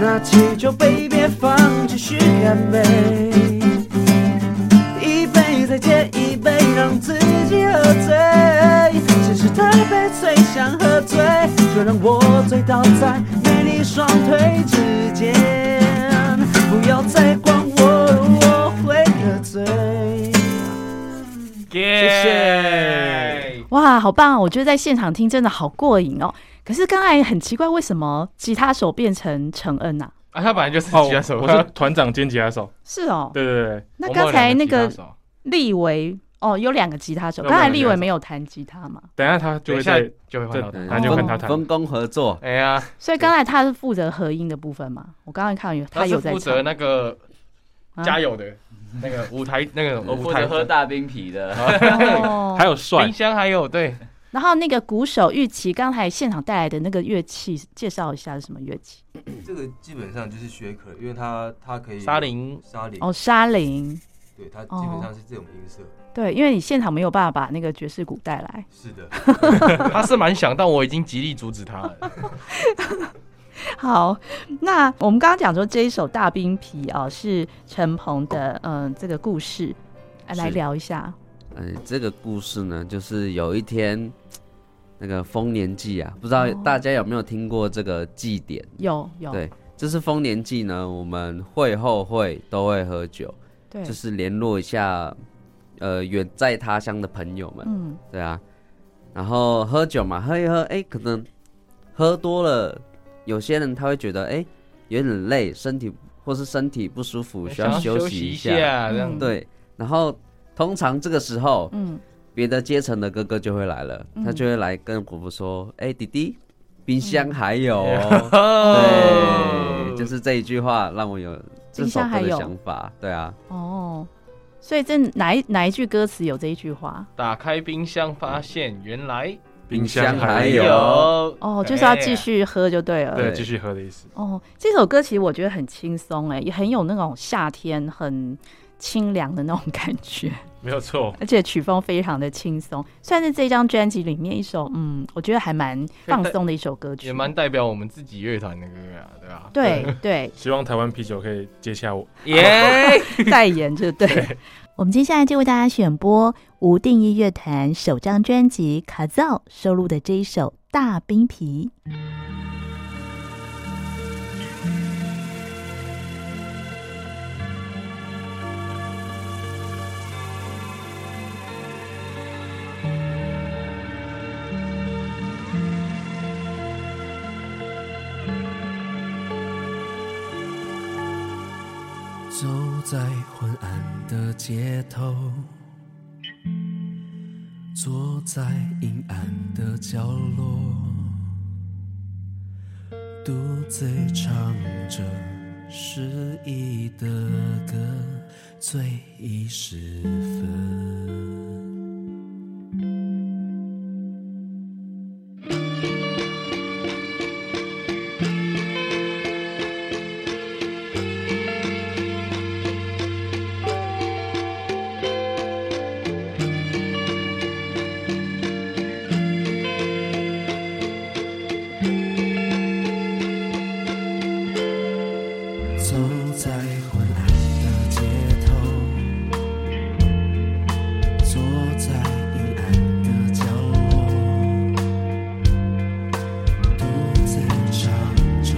Speaker 10: 拿嗯起酒杯，别放，继续干杯。一杯再接一杯，让自己喝醉。现实太悲催，想喝醉，就让我醉倒在美丽双腿之间。不要再管我，我会喝醉。
Speaker 5: 谢谢。
Speaker 3: 哇，好棒！哦我觉得在现场听真的好过瘾哦。可是刚才很奇怪，为什么吉他手变成承恩呐、
Speaker 5: 啊，他本来就是
Speaker 4: 哦
Speaker 5: 吉他手，，
Speaker 4: 我是团长兼吉他手。
Speaker 3: 是哦，
Speaker 4: 对对对，
Speaker 3: 那
Speaker 5: 我们有
Speaker 3: 刚才
Speaker 5: 两
Speaker 3: 那
Speaker 5: 个
Speaker 3: 个
Speaker 5: 吉他手
Speaker 3: 立维哦，有两个吉他手。
Speaker 4: 有
Speaker 3: 刚才
Speaker 4: 两个吉
Speaker 3: 立
Speaker 4: 他
Speaker 3: 维
Speaker 4: 手
Speaker 3: 没有弹吉他嘛，
Speaker 4: 等一下他就
Speaker 5: 等
Speaker 4: 会
Speaker 5: 一下
Speaker 4: 在，
Speaker 5: 就会换嗯到他。
Speaker 2: 对
Speaker 4: 那就
Speaker 3: 跟
Speaker 4: 他谈
Speaker 2: 分工合作，
Speaker 5: 哎呀，
Speaker 3: 所以刚才他是负责合音的部分嘛。我刚才看到有
Speaker 5: 他
Speaker 3: 他
Speaker 5: 是
Speaker 3: 有在
Speaker 5: 负责
Speaker 3: 唱
Speaker 5: 那个
Speaker 3: 啊
Speaker 5: 加油的那个舞台，那个
Speaker 8: 我
Speaker 5: 舞
Speaker 8: 负
Speaker 5: 台
Speaker 8: 责喝大冰啤的。
Speaker 3: 哦
Speaker 4: 还有帅
Speaker 5: 冰，箱还有对，
Speaker 3: 然后那个鼓手玉琪刚才现场带来的那个乐器，介绍一下是什么乐器？
Speaker 9: 这个基本上就是学科，因为它它可以
Speaker 5: 沙林哦
Speaker 9: 沙林，
Speaker 3: 哦，沙林。
Speaker 9: 对，它基本上是这种音色。
Speaker 3: 对，因为你现场没有办法把那个爵士鼓带来。
Speaker 9: 是的，
Speaker 5: 他是蛮想，但我已经极力阻止他了。
Speaker 3: 好，那我们刚刚讲说这一首《大冰皮》啊，是陈鹏的嗯、呃这个故事，哎来
Speaker 2: 是
Speaker 3: 聊一下。
Speaker 2: 嗯、这个故事呢，就是有一天，那个丰年祭啊，不知
Speaker 3: 哦
Speaker 2: 道大家有没有听过这个祭典？
Speaker 3: 有有
Speaker 2: 对这是丰年祭呢，我们会后会都会喝酒，
Speaker 3: 对
Speaker 2: 就是联络一下，呃，远在他乡的朋友们，
Speaker 3: 嗯
Speaker 2: 对啊，然后喝酒嘛，喝一喝，哎，可能喝多了，有些人他会觉得，哎，有点累，身体或是身体不舒服，需
Speaker 5: 想
Speaker 2: 要
Speaker 5: 要
Speaker 2: 休息
Speaker 5: 息
Speaker 2: 一
Speaker 5: 一
Speaker 2: 下，
Speaker 5: 这样
Speaker 3: 嗯
Speaker 2: 对，然后通常这个时候，
Speaker 3: 嗯，
Speaker 2: 别的阶层的哥哥就会来了，
Speaker 3: 嗯
Speaker 2: 他就会来跟婆婆说：“哎、弟弟，冰箱还有、 哦。对，就是这一句话让我有这
Speaker 3: 冰
Speaker 2: 首
Speaker 3: 箱还
Speaker 2: 歌的
Speaker 3: 有
Speaker 2: 想法。对啊，
Speaker 3: 哦，所以这哪一哪一句歌词有这一句话？
Speaker 5: 打开冰箱，发现原来
Speaker 4: 冰
Speaker 2: 箱还有
Speaker 5: 有
Speaker 3: 哦，就是要继。续喝就对了。
Speaker 4: 对，继续喝的意思。
Speaker 3: 哦，这首歌其实我觉得很轻松，哎，也很有那种夏天很清凉的那种感觉。
Speaker 4: 没有错，
Speaker 3: 而且曲风非常的轻松，算是这张专辑里面一首，嗯，我觉得还蛮放松的一首歌
Speaker 5: 哎
Speaker 3: 曲，
Speaker 5: 也蛮代表我们自己乐团的歌啊，对吧？
Speaker 3: 对对，
Speaker 4: 希望台湾啤酒可以接洽我。
Speaker 5: 耶！
Speaker 3: 代言就对。
Speaker 11: 我们接下来就为大家选播无定义乐团首张专辑《卡造》收录的这一首《大冰皮》。
Speaker 10: 走在昏暗的街头，坐在阴暗的角落，嘟嘴唱着失意的歌，醉意时分。在昏暗的街头，坐在阴暗的角落，独自唱着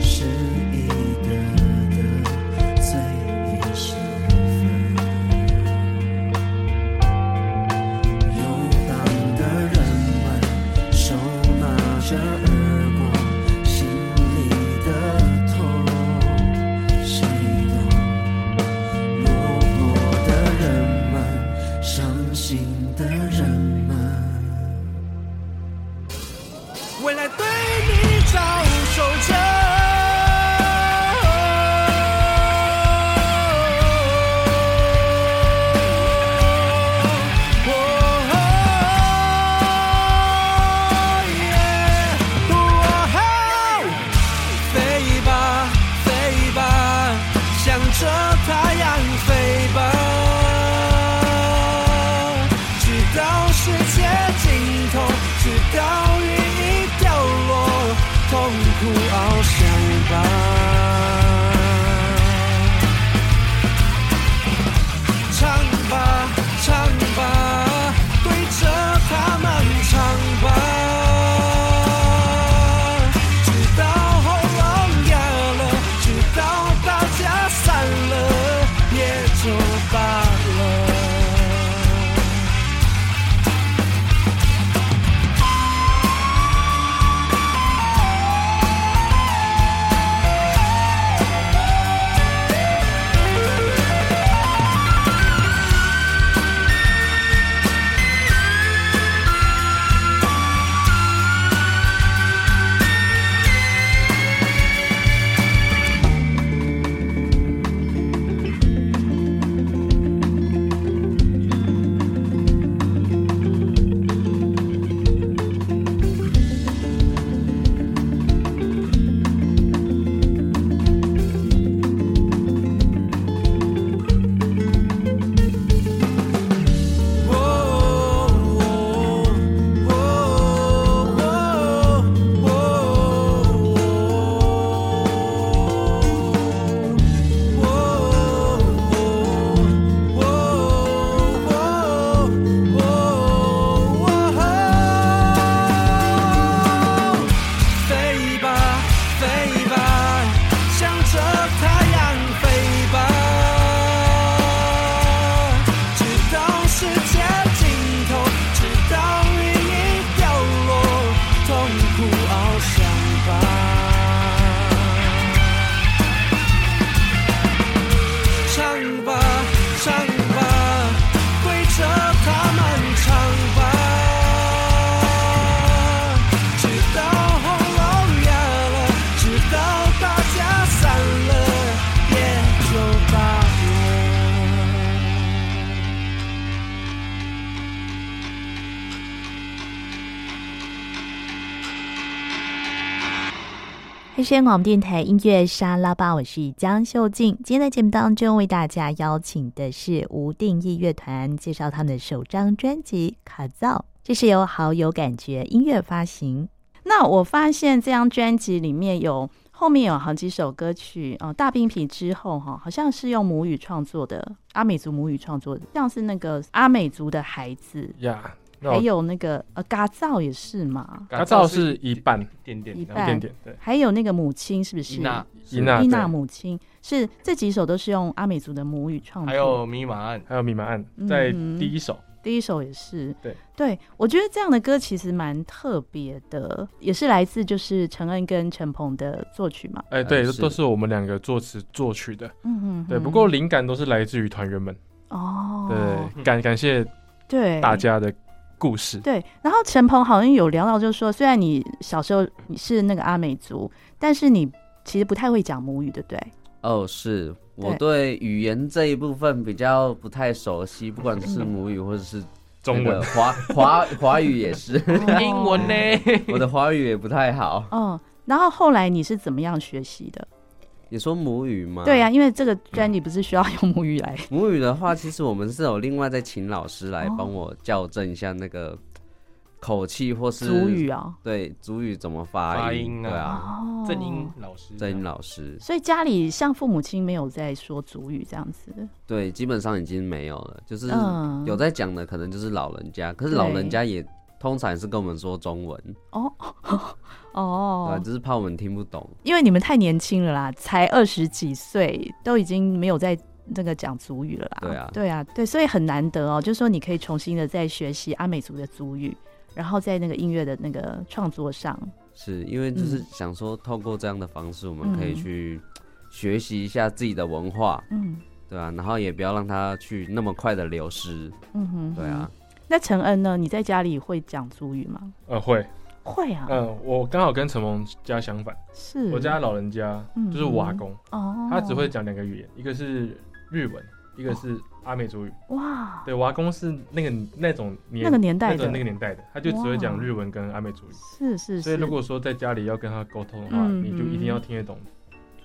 Speaker 10: 失意的得罪与是非。游荡的人们手拿着耳光，心里的痛谁懂？落魄的人们，伤心的人们。未来对你招手着。哦哦飞吧，飞吧，向着太阳飞吧，直到世界尽头，直到云已掉落，痛苦翱翔吧。唱吧，唱吧，对着他们唱吧。直到喉咙哑了，直到大家散了，也就罢了。飞吧，飞吧，向着太阳飞吧，直到世界尽头，直到云已掉落，痛苦翱翔吧。唱吧，唱吧，对着他们唱吧。直到喉咙哑了，直到大家散了，也就罢了。
Speaker 12: 黑声广播电台音乐沙拉吧，我是江秀静。今天在节目当中为大家邀请的是无定义乐团，介绍他们的首张专辑《卡造》，这是由好友感觉音乐发行。
Speaker 3: 那我发现这张专辑里面有后面有好几首歌曲哦，大冰皮之后哈、好像是用母语创作的，阿美族母语创作的，像是那个阿美族的孩子，
Speaker 4: 呀，那
Speaker 3: 还
Speaker 4: 我
Speaker 3: 有那个呃嘎造也是嘛，
Speaker 4: 它照是一半，
Speaker 5: 点点
Speaker 3: 一
Speaker 4: 一
Speaker 3: 半
Speaker 4: 点点，对，
Speaker 3: 还有那个母亲是不是？
Speaker 5: 伊娜
Speaker 4: 伊娜
Speaker 3: 伊
Speaker 4: 对
Speaker 3: 娜母亲是这几首都是用阿美族的母语创作，
Speaker 5: 还有迷马案，
Speaker 4: 还有密码案在
Speaker 3: 嗯哼
Speaker 4: 第一首，
Speaker 3: 第一首也是，
Speaker 4: 对
Speaker 3: 我觉得这样的歌其实蛮特别的，也是来自就是陈恩跟陈鹏的作曲嘛。
Speaker 4: 哎，对，
Speaker 13: 呃
Speaker 4: 都
Speaker 13: 是
Speaker 4: 都是我们两个作词作曲的，
Speaker 3: 嗯哼
Speaker 4: 对，
Speaker 3: 哼
Speaker 4: 不过灵感都是来自于团员们，
Speaker 3: 哦，
Speaker 4: 对，感感谢
Speaker 3: 对
Speaker 4: 大家的故事，
Speaker 3: 对，然后陈鹏好像有聊到，就是说虽然你小时候你是那个阿美族，但是你其实不太会讲母语，对不对？
Speaker 2: 哦，是我对语言这一部分比较不太熟悉，不管
Speaker 3: 嗯
Speaker 2: 是母语或者是
Speaker 4: 中
Speaker 2: 那
Speaker 4: 文
Speaker 2: 个 华华华语也是，
Speaker 5: 英文呢？
Speaker 2: 我的华语也不太好。
Speaker 3: 哦，然后后来你是怎么样学习的？
Speaker 2: 你说母语吗？
Speaker 3: 对呀、啊因为这个专辑不是需要 用母语来，
Speaker 2: 母语的话，其实我们是有另外再请老师来
Speaker 3: 哦
Speaker 2: 帮我校正一下那个口气或是
Speaker 3: 族语啊，
Speaker 2: 对，主语怎么发
Speaker 5: 发
Speaker 2: 音
Speaker 5: 音啊
Speaker 2: 对啊，
Speaker 3: 哦，
Speaker 5: 正音老师，
Speaker 2: 正音老师，
Speaker 3: 所以家里像父母亲没有在说主语这样子，
Speaker 2: 对，基本上已经没有了，就是
Speaker 3: 嗯
Speaker 2: 有在讲的可能就是老人家，可是老人家也通常也是跟我们说中文，
Speaker 3: 哦
Speaker 2: 对啊，
Speaker 3: 哦，
Speaker 2: 只是怕我们听不懂。
Speaker 3: 因为你们太年轻了啦，才二十几岁，都已经没有在那个讲族语了啦。
Speaker 2: 对啊
Speaker 3: 对啊，对，所以很难得哦，就是说你可以重新的再学习阿美族的族语，然后在那个音乐的那个创作上，
Speaker 2: 是因为就是
Speaker 3: 嗯
Speaker 2: 想说，透过这样的方式，我们可以
Speaker 3: 嗯
Speaker 2: 去学习一下自己的文化，
Speaker 3: 嗯
Speaker 2: 对啊，然后也不要让它去那么快的流失，
Speaker 3: 嗯哼，
Speaker 2: 对啊。。
Speaker 3: 那陈恩呢？你在家里会讲族语吗？
Speaker 4: 呃，会，
Speaker 3: 会啊，
Speaker 4: 嗯、我刚好跟陈萌家相反，
Speaker 3: 是
Speaker 4: 我家老人家
Speaker 3: 嗯
Speaker 4: 就是瓦工，
Speaker 3: 哦，
Speaker 4: 他只会讲两个语言，一个是日文，一个是阿美族语。
Speaker 3: 哇，
Speaker 4: 对，瓦工是那个那种年
Speaker 3: 那个年代的
Speaker 4: 那种那个年代的，他就只会讲日文跟阿美族语。
Speaker 3: 是是
Speaker 4: 所以
Speaker 3: 是，
Speaker 4: 如果说在家里要跟他沟通的话，
Speaker 3: 嗯
Speaker 4: 你就一定要听得懂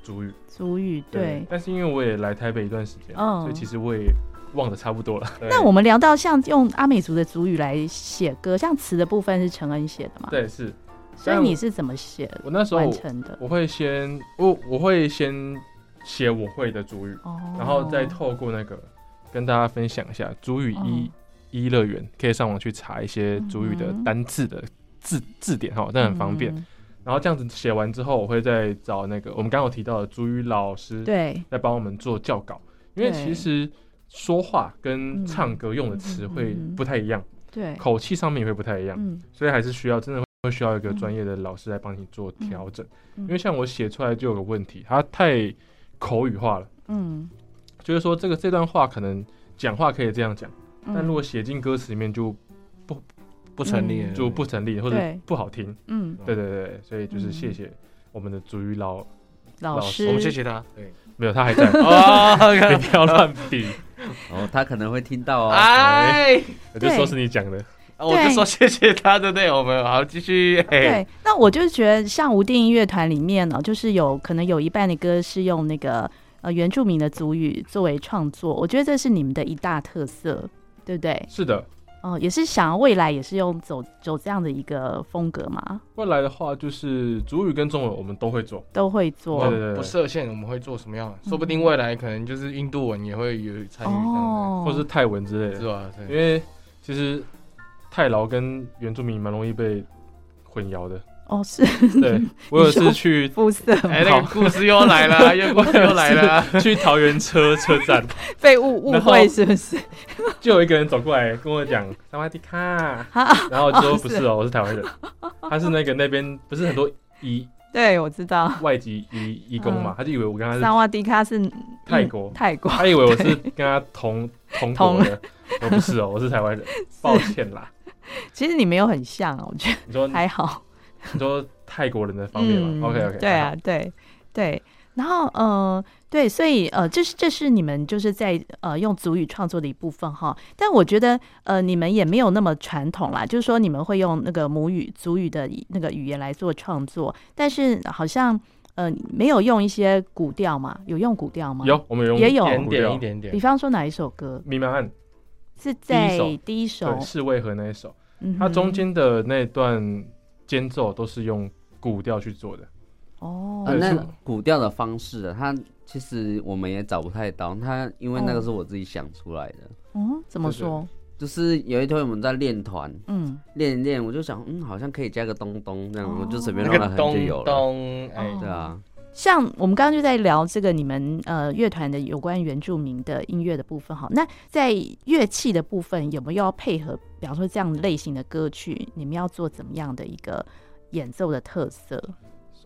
Speaker 4: 主语。
Speaker 3: 族语对。
Speaker 4: 但是因为我也来台北一段时间，
Speaker 3: 嗯
Speaker 4: 所以其实我也忘得差不多了。
Speaker 3: 那我们聊到像用阿美族的族语来写歌，像词的部分是陈恩写的嘛？，
Speaker 4: 对是
Speaker 3: 所以你是怎么写
Speaker 4: 我那时候
Speaker 3: 完成的？
Speaker 4: 我会先我我会先写我会的主语，
Speaker 3: 哦，
Speaker 4: 然后再透过那个跟大家分享一下主
Speaker 3: 哦
Speaker 4: 语一一乐园，可以上网去查一些主语的
Speaker 3: 嗯哼
Speaker 4: 单字的字字典哈，那很方便。
Speaker 3: 嗯
Speaker 4: 然后这样子写完之后，我会再找那个我们刚刚有提到的主语老师，，
Speaker 3: 对，
Speaker 4: 来帮我们做校稿，因为
Speaker 3: 对
Speaker 4: 其实说话
Speaker 3: 嗯
Speaker 4: 跟唱歌用的词汇
Speaker 3: 嗯嗯嗯
Speaker 4: 不太一样，
Speaker 3: 对，
Speaker 4: 口气上面也会不太一样，
Speaker 3: 嗯
Speaker 4: 所以还是需要真的会需要一个专业的老师来帮你做调整。
Speaker 3: 嗯
Speaker 4: 因为像我写出来就有个问题，它太口语化了，
Speaker 3: 嗯，
Speaker 4: 就是说这个这段话可能讲话可以这样讲，
Speaker 3: 嗯
Speaker 4: 但如果写进歌词里面就
Speaker 5: 不成立了
Speaker 4: 就不成立或者
Speaker 3: 对
Speaker 4: 不好听。
Speaker 3: 嗯，
Speaker 4: 对对对，所以就是
Speaker 3: 嗯
Speaker 4: 谢谢我们的主语老，
Speaker 3: 老
Speaker 4: 老
Speaker 3: 师，
Speaker 4: 师
Speaker 5: 我
Speaker 2: 嗯
Speaker 5: 们谢谢他。对，
Speaker 4: 没有他还在，
Speaker 5: 哦，
Speaker 4: 你 不要乱比，
Speaker 2: 哦，他可能会听到哦。
Speaker 5: 哎，
Speaker 4: 我就说是你讲的。
Speaker 5: 啊我就说谢谢他的内容，我们好继续。哎，
Speaker 3: 对，那我就觉得像无定音乐团里面呢、就是有可能有一半的歌是用那个呃原住民的族语作为创作，我觉得这是你们的一大特色，对不对？
Speaker 4: 是的，
Speaker 3: 哦、也是想要未来也是用走走这样的一个风格嘛，
Speaker 4: 未来的话，就是主语跟中文我们都会做。
Speaker 3: 都会做。
Speaker 4: 对对对，
Speaker 5: 哦不
Speaker 4: 对，
Speaker 5: 设限，我们会做什么样的？说不定未来可能就是印度文也会有参与这样
Speaker 3: 哦，
Speaker 4: 或是哦泰文之类
Speaker 5: 的，
Speaker 4: 的。
Speaker 5: 是吧？
Speaker 2: 哦
Speaker 5: 对
Speaker 4: 因为其实泰劳跟原住民蛮容易被混淆 的。
Speaker 3: 哦是
Speaker 4: 对我有一
Speaker 3: 你说
Speaker 4: 次 去
Speaker 3: 肤色
Speaker 5: 哎，那个故事又来了，又故事又来了。
Speaker 4: 去桃园车车 站，
Speaker 3: 被误误
Speaker 4: 然后
Speaker 3: 会是不是？
Speaker 4: 就有一个人走过来跟我讲“萨瓦迪 卡
Speaker 3: 啊”，
Speaker 4: 然后我就
Speaker 3: 哦
Speaker 4: 说不
Speaker 3: 是
Speaker 4: 是 哦，我是台湾人，他是那个那边不是很多移
Speaker 3: 对，我知道。
Speaker 4: 外籍移移工嘛
Speaker 3: 嗯，
Speaker 4: 他就以为我跟他是
Speaker 3: 萨瓦迪卡是
Speaker 4: 泰国
Speaker 3: 嗯泰国
Speaker 4: 他以为我是跟他同同
Speaker 3: 同
Speaker 4: 国的，我不是哦，我是 台湾人，抱歉啦。
Speaker 3: 其实你没有很像哦，我觉
Speaker 4: 你说
Speaker 3: 得还好。
Speaker 4: 你说泰国人的方面嘛？OK OK，
Speaker 3: 对啊，，对对。然后呃，对，所以呃，这是这是你们就是在呃用族语创作的一部分哈。但我觉得呃，你们也没有那么传统啦，就是说你们会用那个母语族语的那个语言来做创作，但是好像呃没有用一些古调嘛，有用古调吗？
Speaker 4: 有，我们有
Speaker 3: 也有
Speaker 5: 一点
Speaker 4: 古
Speaker 5: 点
Speaker 4: 调
Speaker 5: 一点
Speaker 3: 比
Speaker 5: 点，
Speaker 3: 方说哪一首歌
Speaker 4: 弥漫案，
Speaker 3: 是在
Speaker 4: 首
Speaker 3: 第一首
Speaker 4: 对，？是为何那一首，
Speaker 3: 嗯
Speaker 4: 它
Speaker 3: 哼
Speaker 4: 中间的那段间奏都是用古调去做的，
Speaker 3: 哦，
Speaker 2: 啊，那
Speaker 4: 是
Speaker 2: 古调的方式、啊，它其实我们也找不太到，它因为那个是我自己想出来的，
Speaker 3: 嗯，怎么
Speaker 4: 对对
Speaker 3: 说？
Speaker 2: 就是有一天我们在练团，
Speaker 3: 嗯，
Speaker 2: 练一练，我就想，嗯，好像可以加个东东这样，
Speaker 3: 哦
Speaker 2: 我就随便
Speaker 5: 那
Speaker 2: 乱了
Speaker 5: 个
Speaker 2: 很就
Speaker 5: 咚
Speaker 2: 有了。
Speaker 5: 咚，哎
Speaker 3: 哦，
Speaker 2: 对啊，
Speaker 3: 像我们刚刚就在聊这个你们呃乐团的有关原住民的音乐的部分哈，那在乐器的部分有没有要配合，比方说这样类型的歌曲，你们要做怎么样的一个演奏的特色？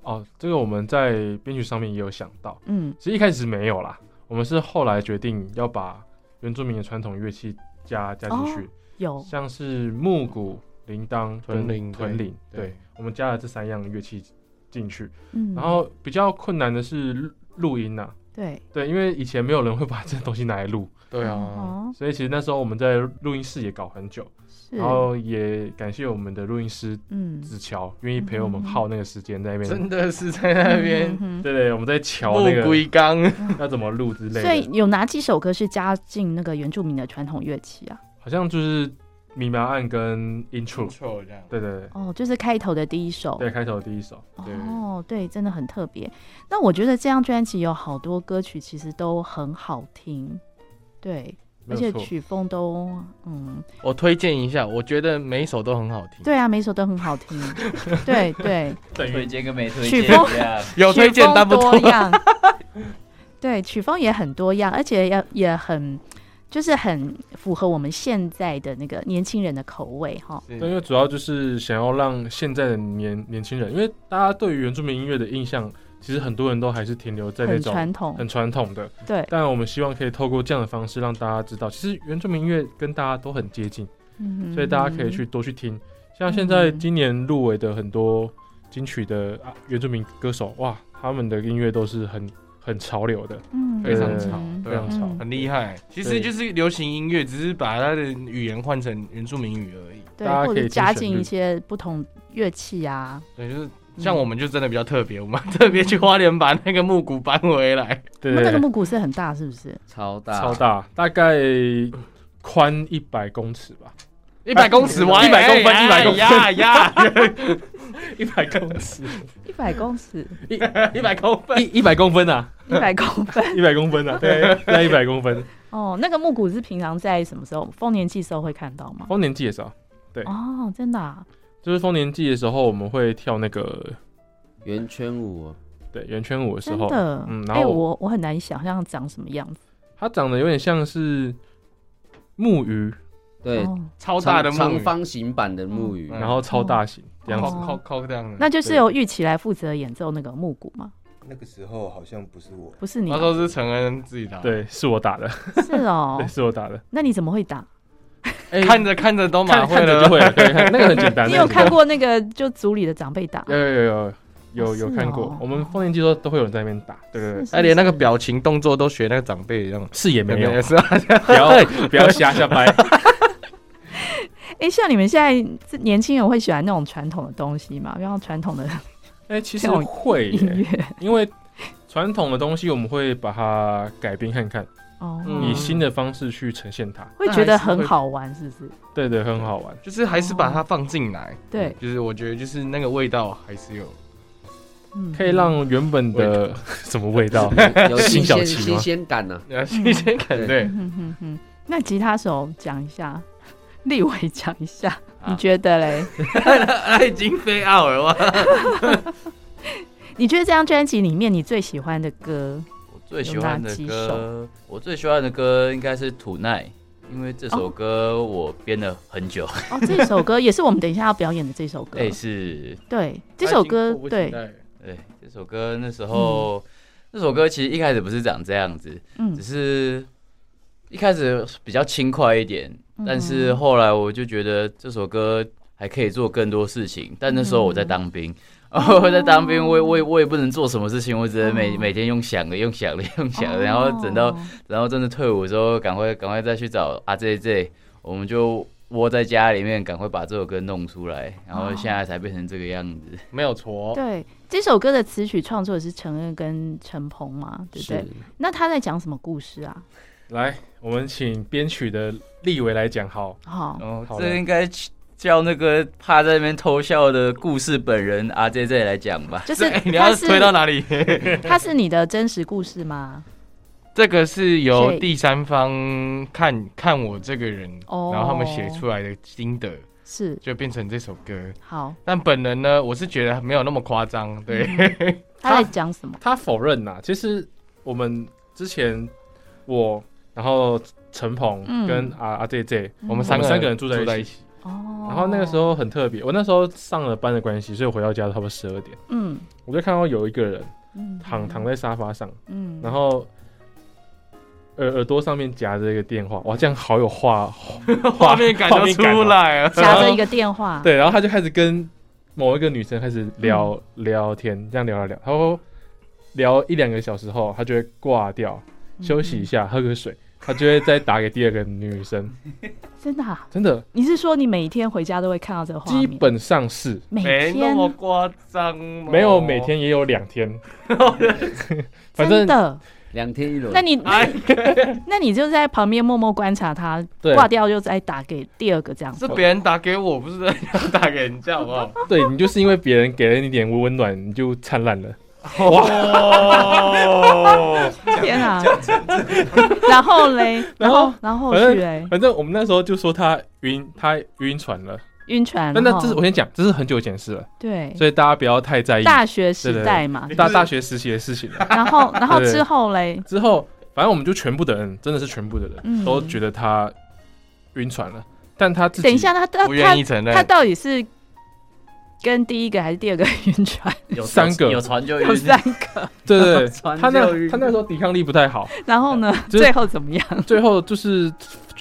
Speaker 4: 哦，这个我们在编曲上面也有想到，
Speaker 3: 嗯
Speaker 4: 其实一开始没有啦，我们是后来决定要把原住民的传统乐器加加进去，
Speaker 3: 有
Speaker 4: 像是木鼓、铃铛、
Speaker 5: 屯铃
Speaker 4: 屯
Speaker 5: 对
Speaker 4: 铃，
Speaker 5: 对
Speaker 4: 对，我们加了这三样乐器进去。
Speaker 3: 嗯，
Speaker 4: 然后比较困难的是录录音呐、
Speaker 3: 对
Speaker 4: 对，因为以前没有人会把这东西拿来录，
Speaker 5: 对啊，
Speaker 3: 哦
Speaker 4: 所以其实那时候我们在录音室也搞很久，
Speaker 3: 是
Speaker 4: 然后也感谢我们的录音师
Speaker 3: 嗯
Speaker 4: 子乔愿意陪我们耗那个时间在那边，
Speaker 5: 真的是在那边
Speaker 3: 嗯
Speaker 4: 对对，我们在瞧
Speaker 5: 不
Speaker 4: 那个
Speaker 5: 归刚，
Speaker 4: 要怎么录之
Speaker 3: 哼所
Speaker 4: 类
Speaker 3: 以
Speaker 4: 的，
Speaker 3: 有哪几首歌是加进那个原住民的传统乐器啊？
Speaker 4: 好像就是迷茫案跟 intro，
Speaker 5: intro 这样，
Speaker 4: 对对对，
Speaker 3: 哦，就是开头的第一首，
Speaker 4: 对开头的第一首，对，
Speaker 3: 哦，对，真的很特别。那我觉得这张专辑有好多歌曲其实都很好听，对，
Speaker 4: 没
Speaker 3: 而
Speaker 4: 有
Speaker 3: 且
Speaker 4: 错
Speaker 3: 曲风都嗯，
Speaker 5: 我推荐一下，我觉得每一首都很好听。
Speaker 3: 对啊，每首都很好 听，对对，
Speaker 8: 推荐跟没推
Speaker 3: 曲
Speaker 8: 荐
Speaker 3: 风
Speaker 8: 一样。
Speaker 5: 有推荐
Speaker 3: 曲风
Speaker 5: 但不
Speaker 3: 多
Speaker 5: 推
Speaker 3: 样，对，曲风也很多样，而且也也很就是很符合我们现在的那个年轻人的口味哈。
Speaker 4: 对，因为主要就是想要让现在的年年轻人，因为大家对于原住民音乐的印象，其实很多人都还是停留在那
Speaker 3: 很
Speaker 4: 种
Speaker 3: 传统
Speaker 4: 很传统的。
Speaker 3: 对
Speaker 4: 但我们希望可以透过这样的方式，让大家知道，其实原住民音乐跟大家都很接近，
Speaker 3: 嗯哼
Speaker 4: 所以大家可以去多去听。像现在今年入围的很多金曲的啊原住民歌手，哇，他们的音乐都是很很潮流的，
Speaker 3: 嗯
Speaker 5: 非常
Speaker 4: 对
Speaker 5: 潮，
Speaker 4: 非常潮。
Speaker 5: 很厉害。其实就是流行音乐，只是把它的语言换成原住民语而已。
Speaker 3: 对，
Speaker 4: 大家
Speaker 3: 或
Speaker 4: 可
Speaker 3: 者
Speaker 4: 以听
Speaker 3: 加
Speaker 4: 旋
Speaker 3: 进
Speaker 4: 律
Speaker 3: 一些不同乐器啊，
Speaker 5: 对，就是像我们就真的比较特别，我们特别去花莲把那个木鼓搬回来。
Speaker 4: 对
Speaker 3: 那
Speaker 4: 对
Speaker 3: 那个
Speaker 4: 对，
Speaker 3: 木鼓是很大，是不是？
Speaker 2: 超大
Speaker 4: 超，大，大概宽一百公尺吧。
Speaker 5: 一百公尺哇，
Speaker 4: 100公分100公分
Speaker 5: 哎呀呀，
Speaker 4: 一百公尺，
Speaker 3: 一百公尺，
Speaker 5: 一百公分，
Speaker 4: 一一百公分啊，
Speaker 3: 一百公分。
Speaker 4: 一百公分啊，对，在一百公分。
Speaker 3: 哦，那个木鼓是平常在什么时候？丰年祭时候会看到吗？
Speaker 4: 丰年祭的时候，对
Speaker 3: 哦，真的、啊，
Speaker 4: 就是丰年祭的时候，我们会跳那个
Speaker 2: 圆圈舞，哦
Speaker 4: 对圆圈舞的时
Speaker 3: 真
Speaker 4: 候，
Speaker 3: 的。
Speaker 4: 嗯，然
Speaker 3: 哎、
Speaker 4: 后我
Speaker 3: 我我很难想象长什么样子。
Speaker 4: 它长得有点像是木鱼，
Speaker 2: 对，
Speaker 3: 哦，
Speaker 5: 超大的
Speaker 2: 长
Speaker 5: 木
Speaker 2: 长
Speaker 5: 鱼，
Speaker 2: 方形版的木鱼，
Speaker 5: 嗯
Speaker 4: 然后超大型这样
Speaker 5: 靠
Speaker 4: 子。
Speaker 5: 靠靠这样的。
Speaker 3: 那就是由玉琪来负责演奏那个木鼓吗？
Speaker 9: 那个时候好像不是我，
Speaker 3: 不是你啊
Speaker 5: 那时，候是陈恩自己打，，
Speaker 4: 对，是我打的，
Speaker 3: 是哦
Speaker 4: 对，。是我打的，
Speaker 3: 那你怎么会打？
Speaker 5: 看着看着都马
Speaker 4: 看
Speaker 5: 会
Speaker 4: 看
Speaker 5: 了
Speaker 4: 着就。会了，对，看那个很简单。
Speaker 3: 你
Speaker 4: 那个
Speaker 3: 有
Speaker 4: 很简单
Speaker 3: 看？过那个就组里的长辈打？
Speaker 4: 有有有有有
Speaker 3: 哦
Speaker 4: 有
Speaker 3: 是
Speaker 4: 看
Speaker 3: 哦
Speaker 4: 过，我们丰年祭都都会有人在那边打，对对对，
Speaker 3: 是
Speaker 5: 他连那个
Speaker 3: 是
Speaker 5: 表情动作都学那个长辈一样，
Speaker 4: 是也没有，
Speaker 5: 是啊，
Speaker 4: 不要不要瞎瞎掰。
Speaker 3: 哎、像你们现在这年轻人会喜欢那种传统的东西吗？比方传统的
Speaker 4: 哎，其实
Speaker 3: 这种
Speaker 4: 会
Speaker 3: 音
Speaker 4: 耶，
Speaker 3: 乐
Speaker 4: 因为传统的东西我们会把它改编看看，
Speaker 3: 哦，
Speaker 5: 嗯
Speaker 4: 以新的方式去呈现它。
Speaker 3: 会
Speaker 5: 那
Speaker 3: 觉
Speaker 5: 还
Speaker 3: 得
Speaker 5: 是
Speaker 3: 很
Speaker 5: 会嗯
Speaker 3: 好玩，是不是？
Speaker 4: 对对，很好玩。
Speaker 5: 就是还是把它放进来。
Speaker 3: 对，
Speaker 5: 就是我觉得就是那个味道还是有。
Speaker 3: 嗯，
Speaker 4: 可以让原本的 什么味道？
Speaker 2: 有新
Speaker 4: 新小
Speaker 2: 鲜
Speaker 4: 旗吗
Speaker 2: 新鲜感啊呢。
Speaker 5: 呃，新鲜感
Speaker 2: 对
Speaker 5: 对，
Speaker 3: 哼哼哼，嗯那吉他手讲一下， 立伟讲一下，
Speaker 8: 啊
Speaker 3: 你觉得嘞？
Speaker 5: 他 已经飞奥了哇！
Speaker 3: 你觉得这张专辑里面你最喜欢的 歌？
Speaker 8: 我最喜欢的歌，我最喜欢的歌应该是《吐奈》，因为这首歌我编了很久。
Speaker 3: 哦，这首歌也是我们等一下要表演的这首歌。
Speaker 8: 类似，
Speaker 3: 对，这首歌对，
Speaker 8: 对，这首歌那时候，这首歌其实一开始不是长这样子，
Speaker 3: 嗯
Speaker 8: 只是一开始比较轻快一点，
Speaker 3: 嗯
Speaker 8: 但是后来我就觉得这首歌还可以做更多事情。但那时候我
Speaker 3: 嗯
Speaker 8: 在当兵， 我在当兵，我也我也我也不能做什么事情，我只能每、
Speaker 3: 哦
Speaker 8: 每天用想的、用想的、用想的，
Speaker 3: 哦
Speaker 8: 然后等到然后真的退伍之后，赶快赶快再去找啊阿 J J，我们就窝在家里面，赶快把这首歌弄出来，然
Speaker 3: 哦
Speaker 8: 后现在才变成这个样子。
Speaker 5: 没有错。
Speaker 3: 对这首歌的词曲创作是陈恩跟陈鹏嘛，对不对？那他在讲什么故事啊？
Speaker 4: 来，我们请编曲的立维来讲好。
Speaker 3: 好、
Speaker 8: 哦
Speaker 4: 好，的
Speaker 8: 这应该叫那个怕在那边偷笑的故事本人阿 J J 来讲吧。
Speaker 3: 就是
Speaker 5: 对， 你
Speaker 3: 他
Speaker 5: 要
Speaker 3: 是
Speaker 5: 推到哪里？
Speaker 3: 他是你的真实故事吗？
Speaker 5: 这个是由
Speaker 3: 所以
Speaker 5: 第三方看看我这个人，
Speaker 3: 哦
Speaker 5: 然后他们写出来的心得，
Speaker 3: 是
Speaker 5: 就变成这首歌。
Speaker 3: 好，
Speaker 5: 但本人呢，我是觉得没有那么夸张。对，
Speaker 4: 嗯
Speaker 3: 他在讲什么？
Speaker 4: 他否认呐、其实我们之前我，然后陈鹏
Speaker 3: 嗯
Speaker 4: 跟阿阿 J J，
Speaker 5: 我们
Speaker 4: 我
Speaker 5: 三
Speaker 4: 们
Speaker 5: 个
Speaker 4: 三个人
Speaker 5: 人
Speaker 4: 住
Speaker 5: 住
Speaker 4: 在
Speaker 5: 在
Speaker 4: 一
Speaker 5: 一
Speaker 4: 起。
Speaker 5: 起，
Speaker 3: 哦，
Speaker 4: 然后那个时，候很特别，我那时候上了班的关系，所以我回到家差不多十二点，
Speaker 3: 嗯
Speaker 4: 我就看到有一个人
Speaker 3: 嗯，
Speaker 4: 躺躺在沙发上，
Speaker 3: 嗯，
Speaker 4: 然后耳耳朵上面夹着一个电话，哇，这样好有画
Speaker 5: 画面感
Speaker 4: 画
Speaker 5: 就
Speaker 4: 面感
Speaker 5: 出
Speaker 4: 哦
Speaker 5: 来了。
Speaker 3: 夹着一个电话，
Speaker 4: 对，然后他就开始跟某一个女生开始聊、
Speaker 3: 嗯
Speaker 4: 聊天，这样聊聊聊，然后聊一两个小时后，他就会挂掉，
Speaker 3: 嗯
Speaker 4: 休息一下，喝个水，他就会再打给第二个女
Speaker 3: 嗯
Speaker 4: 生。
Speaker 3: 真的、啊？
Speaker 4: 真的，
Speaker 3: 你是说你每天回家都会看到这个画
Speaker 4: 基
Speaker 3: 面？
Speaker 4: 本上是
Speaker 3: 每
Speaker 5: 没
Speaker 3: 天
Speaker 5: 那么夸张哦，
Speaker 4: 没有每天也有两天，反
Speaker 3: 哦真
Speaker 4: 正哎
Speaker 3: 的
Speaker 2: 两天一轮。
Speaker 3: 那你那你 那你就在旁边默默观察他
Speaker 4: 对
Speaker 3: 挂掉，就再打给第二个这样子。
Speaker 5: 是别人打给我，不是人家打给人家，好不好？
Speaker 4: 对你就是因为别人给了你点温暖，你就灿烂了。
Speaker 5: 哦，
Speaker 3: 天啊！ 然后嘞，然后然后后
Speaker 4: 反
Speaker 3: 续
Speaker 4: 正
Speaker 3: 嘞，
Speaker 4: 反正我们那时候就说他晕，他晕船了。
Speaker 3: 晕船
Speaker 4: 那那
Speaker 3: 哈
Speaker 4: 这是我先讲，这是很久以前的事了，
Speaker 3: 哦对
Speaker 4: 所以大家不要太在意。
Speaker 3: 大学时代嘛
Speaker 4: 对对对
Speaker 3: 就
Speaker 4: 大
Speaker 3: 是
Speaker 4: 大学时期的事情了。
Speaker 3: 然后然后
Speaker 4: 对对
Speaker 3: 之后嘞，
Speaker 4: 之后，反正我们就全部的人，真的是全部的人、
Speaker 3: 嗯
Speaker 4: 都觉得他晕船了，但他自己
Speaker 3: 等一下他他
Speaker 4: 不愿意
Speaker 3: 他
Speaker 4: 承认
Speaker 3: 他到底是跟第一个还是第二个晕船？
Speaker 4: 有三个
Speaker 8: 有船就
Speaker 3: 有
Speaker 8: 晕
Speaker 3: 三个，
Speaker 4: 对对对
Speaker 3: 船，
Speaker 4: 他那
Speaker 3: 就晕
Speaker 4: 他那时候抵抗力不太好，
Speaker 3: 然后呢，
Speaker 4: 就是
Speaker 3: 最后怎么样？
Speaker 4: 最后就是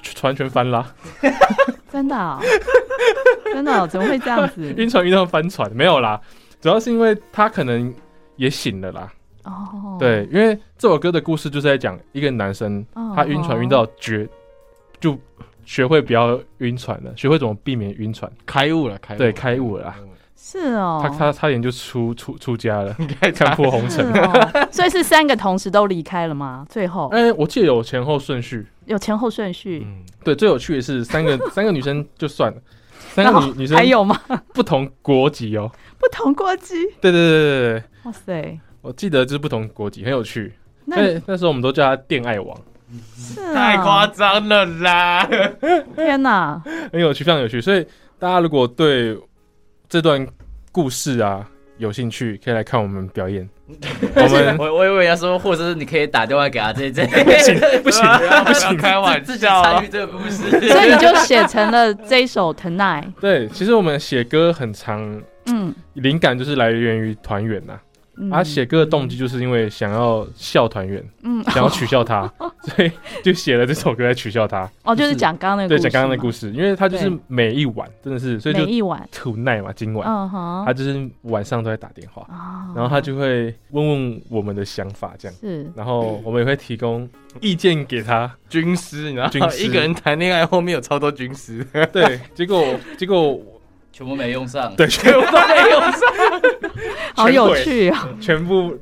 Speaker 4: 船全翻啦，
Speaker 3: 真的 哦，真的哦，怎么会这样 子？
Speaker 4: 晕船晕到翻船，没有啦，主要是因为他可能也醒了啦。
Speaker 3: 哦，
Speaker 4: 对，因为这首歌的故事就是在讲一个男生，
Speaker 3: 哦
Speaker 4: 他晕船晕到绝，就学会不要晕船了，学会怎么避免晕船，
Speaker 5: 开悟了，开悟
Speaker 4: 对，开悟了啦。
Speaker 3: 是哦，
Speaker 4: 他他差点就出出出家了，看破红
Speaker 3: 是
Speaker 4: 尘。
Speaker 3: 哦，嗯所以是三个同时都离开了吗？最后
Speaker 4: 哎、我记得有前后顺序。
Speaker 3: 有前后顺序，
Speaker 4: 对，最有趣的是三个三个女生就算了，三个
Speaker 3: 然后
Speaker 4: 女女生
Speaker 3: 还有吗？
Speaker 4: 不同国籍哦。
Speaker 3: 不同国籍，
Speaker 4: 对对对对对，
Speaker 3: 哇塞，
Speaker 4: 我记得就是不同国籍，很有趣。
Speaker 3: 那
Speaker 4: 那那时候我们都叫他恋爱王，
Speaker 3: 是啊
Speaker 5: 太夸张了啦！
Speaker 3: 天哪，
Speaker 4: 很有趣，非常有趣。所以大家如果对这段故事啊有兴趣，可以来看我们表演。我 们
Speaker 8: 我我以为要说，或者是你可以打电话给阿 J J，不
Speaker 4: 行不行
Speaker 5: 不行开玩
Speaker 8: 自己
Speaker 5: 笑啊
Speaker 8: 参与这个故事，
Speaker 3: 所以你就写成了这一首《Tonight》，
Speaker 4: 对，其实我们写歌很长，
Speaker 3: 嗯
Speaker 4: 灵感就是来源于团员呐、
Speaker 3: 嗯
Speaker 4: 啊，写歌的动机就是因为想要笑团员，
Speaker 3: 嗯
Speaker 4: 想要取 笑他，所以就写了这首歌来取笑他。
Speaker 3: 哦，就是讲刚刚那个
Speaker 4: 对，
Speaker 3: 故事
Speaker 4: 讲刚刚的
Speaker 3: 嘛
Speaker 4: 故事，因为他就是
Speaker 3: 对
Speaker 4: 每一晚真的是，所以就
Speaker 3: 每一晚
Speaker 4: tonight 嘛，今晚，
Speaker 3: 嗯哼
Speaker 4: 他就是晚上都在打电话，
Speaker 3: 哦
Speaker 4: 然后他就会问问我们的想法这样，
Speaker 3: 是
Speaker 4: 然后我们也会提供意见给他，
Speaker 5: 军师，然
Speaker 4: 军
Speaker 5: 后
Speaker 4: 师
Speaker 5: 一个人谈恋爱，后面有超多军师。
Speaker 4: 对，结果结果
Speaker 8: 全部没用上，
Speaker 4: 对
Speaker 8: 全部没用上，
Speaker 3: 好有趣啊、
Speaker 4: 全部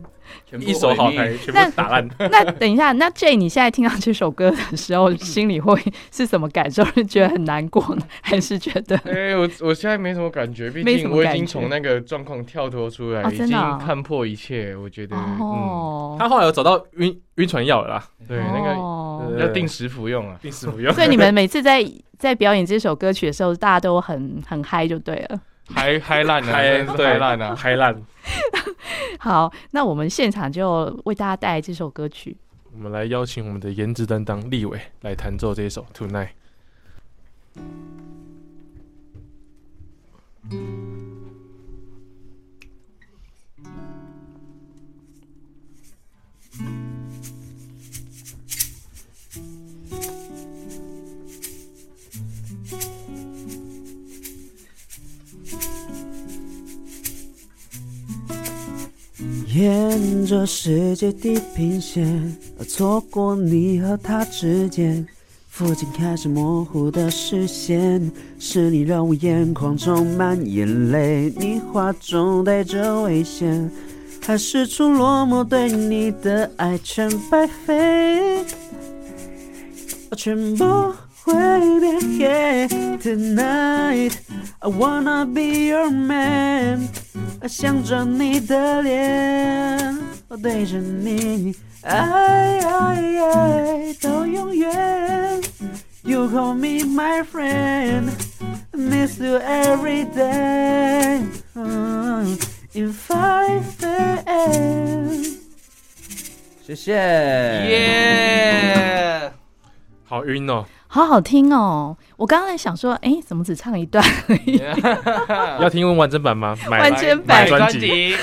Speaker 8: 全部
Speaker 4: 一手好牌
Speaker 8: 毁灭
Speaker 4: 全
Speaker 3: 那
Speaker 4: 部打烂。
Speaker 3: 那等一下，那 J，你现在听到这首歌的时候，心里会是什么感受？是觉得很难过呢，还是觉得
Speaker 5: 哎、我我现在没什么感觉，毕
Speaker 3: 没什
Speaker 5: 竟
Speaker 3: 么
Speaker 5: 我已
Speaker 3: 感
Speaker 5: 经
Speaker 3: 觉
Speaker 5: 从那个状况跳脱出来，
Speaker 3: 哦
Speaker 5: 已
Speaker 3: 真
Speaker 5: 经
Speaker 3: 的啊
Speaker 5: 看破一切。我觉得，
Speaker 3: 哦？
Speaker 4: 他后来有找到晕晕船药了啦，
Speaker 5: 嗯，对，那个
Speaker 3: 哦
Speaker 4: 对
Speaker 5: 要定时服用啊。
Speaker 4: 定时 服用。
Speaker 3: 所以你们每次在在表演这首歌曲的时候，大家都很很嗨就对了。
Speaker 5: 嗨嗨烂啊，
Speaker 4: 嗨
Speaker 5: 真的是
Speaker 4: 对
Speaker 5: 嗨烂啊！
Speaker 4: 嗨烂，
Speaker 3: 好，那我们现场就为大家带来这首歌曲。
Speaker 4: 我们来邀请我们的颜值担当立伟来弹奏这一首《Tonight》。
Speaker 14: 沿着世界地平线，错过你和他之间，附近开始模糊的视线，是你让我眼眶充满眼泪，你话中带着危险，还是出落寞，对你的爱全白费，全部会变。Yeah, tonight I wanna be your man。想着你的脸，我对着你，爱爱爱到永远。You call me my friend, miss you every day. 嗯 In 5 a.m.
Speaker 2: 谢谢。耶！
Speaker 4: 好晕哦！
Speaker 3: 好好听哦！我刚才想说，哎、怎么只唱一 段？
Speaker 4: 要听完整版 吗？买
Speaker 3: 完整版
Speaker 4: 买专辑。
Speaker 5: 辑，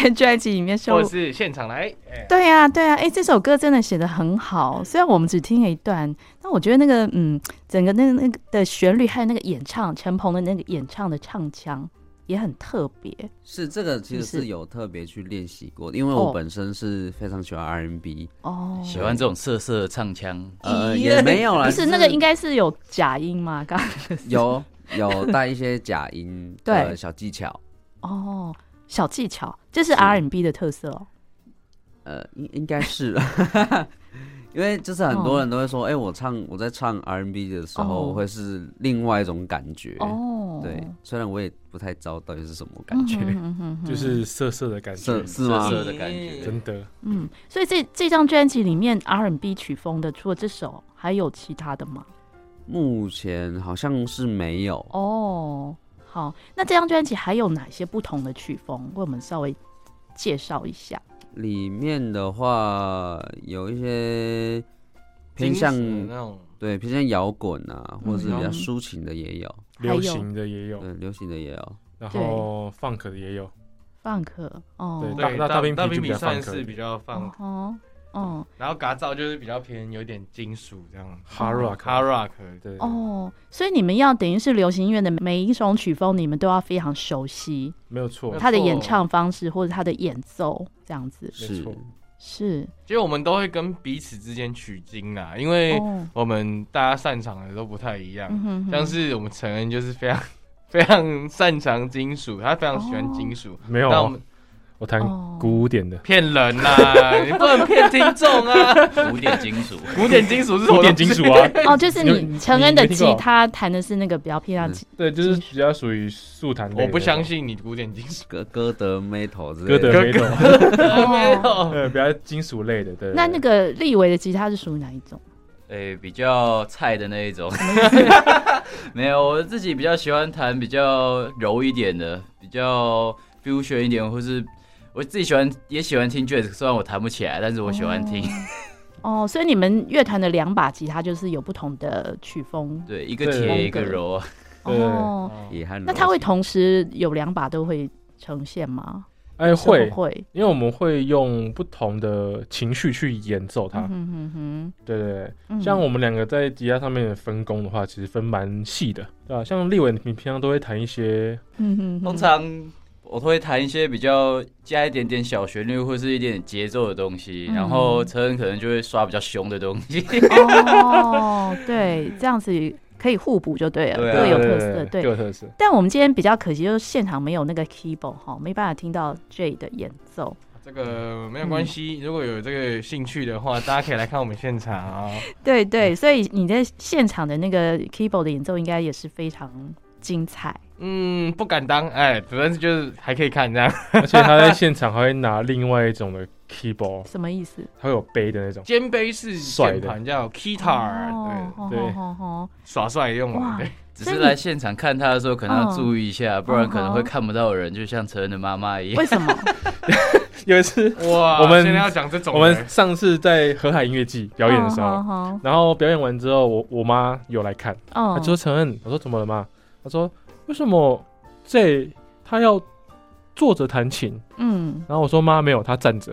Speaker 3: 在专辑里面收
Speaker 5: 或
Speaker 3: 录。
Speaker 5: 是现场来。哎
Speaker 3: 对呀、对呀、哎、这首歌真的写的很好，虽然我们只听了一段，但我觉得那个嗯，整个那个那个的旋律还有那个演唱，陈鹏的那个演唱的唱腔也很特别。
Speaker 2: 是这个，其实
Speaker 3: 是不是
Speaker 2: 是有特别去练习过的，因为我
Speaker 3: 哦
Speaker 2: 本身是非常喜欢 R&B，
Speaker 3: 哦，
Speaker 8: 喜欢这种色色的唱腔，
Speaker 2: 呃，也没有啦，
Speaker 3: 不
Speaker 2: 就是
Speaker 3: 那个应该是有假音吗？刚刚那个是
Speaker 2: 有有带一些假音 呃
Speaker 3: 对
Speaker 2: 的小技巧，
Speaker 3: 哦，小技巧，这是 R&B 的特色哦。
Speaker 2: 呃，应应该是了， 因为就是很多人都会说，哎、我唱我在唱 R&B 的时候、
Speaker 3: 哦
Speaker 2: 会是另外一种感觉。
Speaker 3: 哦嗯
Speaker 2: 对，虽然我也不太知道到底是什么感觉，
Speaker 4: 就是涩涩的感觉
Speaker 2: 涩，是吗涩涩
Speaker 8: 的感觉
Speaker 4: 真的。
Speaker 3: 嗯，所以这这张专辑里面 R&B 曲风的，除了这首，还有其他的吗？
Speaker 2: 目前好像是没有。
Speaker 3: 哦，好，那这张专辑还有哪些不同的曲风？为我们稍微介绍一下。
Speaker 2: 里面的话有一些偏向
Speaker 5: 金属的那种
Speaker 2: 对偏向摇滚啊，或者是比较
Speaker 4: 嗯
Speaker 2: 抒情的也有，
Speaker 4: 还有流行的也有，
Speaker 2: 对，流行的也有。
Speaker 4: 然后 funk 的也有，
Speaker 3: Funk 哦，
Speaker 4: 对大大大兵
Speaker 5: 大
Speaker 4: 皮
Speaker 5: 兵
Speaker 4: 就比
Speaker 5: 比
Speaker 4: 较
Speaker 5: 算
Speaker 4: funk 一
Speaker 5: 是
Speaker 4: 点
Speaker 5: 比较放，
Speaker 3: 哦哦
Speaker 5: 然后嘎造就是比较偏有点金属这样
Speaker 4: Hard rock
Speaker 5: hard rock
Speaker 4: 对
Speaker 3: 哦，所以你们要等于是流行音乐的每一种曲风，你们都要非常熟悉，
Speaker 4: 没有错
Speaker 3: 他的演唱方式或者他的演奏这样子，
Speaker 5: 没错
Speaker 3: 是
Speaker 5: 其实我们都会跟彼此之间取经啦，因为
Speaker 3: 哦
Speaker 5: 我们大家擅长的都不太一样。
Speaker 3: 嗯哼哼，
Speaker 5: 像是我们成人就是非常 非常擅长金属，他非常喜欢金属。
Speaker 4: 没有
Speaker 5: 那我
Speaker 4: 哦
Speaker 5: 们，
Speaker 4: 我弹古典的，
Speaker 5: 骗人 呐、你不能骗听众啊！
Speaker 8: 古典金属
Speaker 5: 古典金属是什么
Speaker 4: 古典
Speaker 5: 东西
Speaker 4: 金属啊
Speaker 3: 哦，就是
Speaker 4: 有
Speaker 3: 你成人的吉，
Speaker 4: 没听过
Speaker 3: 他弹的是那个比较偏向吉
Speaker 4: 对，就是比较属于速弹类的。
Speaker 5: 我不相信你古典金属。
Speaker 2: 歌歌德 metal 之
Speaker 4: 歌
Speaker 2: 类
Speaker 4: 德
Speaker 2: 的，
Speaker 4: 没懂，
Speaker 3: 哦
Speaker 4: 呃，比较金属类的，对。
Speaker 3: 那那个立维的吉他是属于哪一种？
Speaker 8: 诶、比较菜的那一 种，没有，我自己比较喜欢弹比较柔一点的，比较 fusion 一点，或是我自己喜欢也喜欢听 jazz，虽然我弹不起来，但是我喜欢听。
Speaker 3: 哦，所以你们乐团的两把吉他就是有不同的曲风，
Speaker 8: 对，一个铁一个柔啊。
Speaker 3: 哦，
Speaker 8: 嗯
Speaker 2: 也还
Speaker 3: 那他会同时有两把都会呈现吗？
Speaker 4: 哎
Speaker 3: 是不
Speaker 4: 会
Speaker 3: 会，
Speaker 4: 因为我们会用不同的情绪去演奏
Speaker 8: 啊
Speaker 4: 它。
Speaker 3: 嗯哼哼
Speaker 4: 对对
Speaker 3: 嗯
Speaker 4: 对，像我们两个在吉他上面的分工的话，其实分蛮细的，对吧、像立伟，你平常都会弹一些，
Speaker 3: 嗯哼
Speaker 8: 通常我都会弹一些比较加一点点小旋律或是一点节奏的东西，
Speaker 3: 嗯
Speaker 8: 然后车恩可能就会刷比较凶的东 西。
Speaker 3: 哼，哦，对，这样子可以互补就对了，
Speaker 8: 对啊
Speaker 3: 各有特色，
Speaker 4: 各有特色。
Speaker 3: 但我们今天比较可惜，就是现场没有那个 keyboard 哈，没办法听到 J 的演奏。
Speaker 5: 这个没有关系，如果有这个兴趣的话，大家可以来看我们现场啊、
Speaker 3: 对对，所以你在现场的那个 keyboard 的演奏应该也是非常精彩。
Speaker 5: 嗯，不敢当，哎，主要是就是还可以看这样。
Speaker 4: 而且他在现场还会拿另外一种的 keyboard，
Speaker 3: 什么意思？
Speaker 4: 他会有背的那种，
Speaker 5: 肩背式
Speaker 4: 帅
Speaker 5: 键
Speaker 4: 的
Speaker 5: 盘叫 guitar，、
Speaker 3: 哦
Speaker 5: 对对，
Speaker 3: 哦哦
Speaker 5: 耍帅用
Speaker 3: 哇
Speaker 5: 完的。
Speaker 8: 只是来现场看他的时候，可能要注意一下，不然可能会看不到人，就像车恩的妈妈 一样。
Speaker 3: 为什么？
Speaker 4: 有一次，
Speaker 5: 哇
Speaker 4: 我们
Speaker 5: 现在要讲这种
Speaker 4: 我
Speaker 5: 人
Speaker 4: 们上次在河海音乐季 表演的时候，
Speaker 3: 哦哦哦
Speaker 4: 然后表演完之后，我我妈有来看，
Speaker 3: 哦
Speaker 4: 她就说陈恩，我说怎么了妈？她说为什么这她要坐着弹琴？
Speaker 3: 嗯
Speaker 4: 然后我说妈没有，她站着。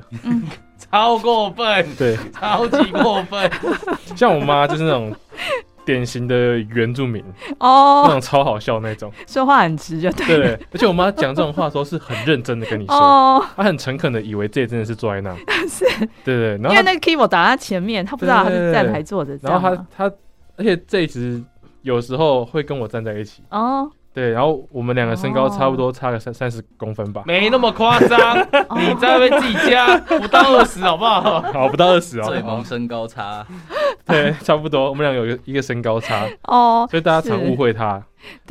Speaker 5: 超过分，
Speaker 4: 对，
Speaker 5: 超级过分。
Speaker 4: 像我妈就是那种典型的原住民，那
Speaker 3: 哦
Speaker 4: 种，超好笑那种。
Speaker 3: 说话很直就对了。
Speaker 4: 嗯对，而且我妈讲这种话的时候是很认真的跟你说，
Speaker 3: 哦，
Speaker 4: 她很诚恳的以为这真的是坐在那。
Speaker 3: 是
Speaker 4: 对对，
Speaker 3: 因
Speaker 4: 然后
Speaker 3: 为
Speaker 4: 她
Speaker 3: 那个 keyboard 打在前面，他不知道他是站还坐着，这
Speaker 4: 然
Speaker 3: 样
Speaker 4: 后
Speaker 3: 吗
Speaker 4: 她她，而且这其实有时候会跟我站在一起。
Speaker 3: 哦
Speaker 4: 对，然后我们两个身高差不多差个三三十公分吧，
Speaker 5: 没那么夸张，
Speaker 3: 哦
Speaker 5: 你在为自己加不到二十好不好？
Speaker 4: 好不到二 十
Speaker 8: 最
Speaker 4: 哦，
Speaker 8: 萌身高差，
Speaker 4: 对，差不多，我们俩有一个一个身 高差，
Speaker 3: 哦，
Speaker 4: 所以大家常
Speaker 3: 是
Speaker 4: 误会他，说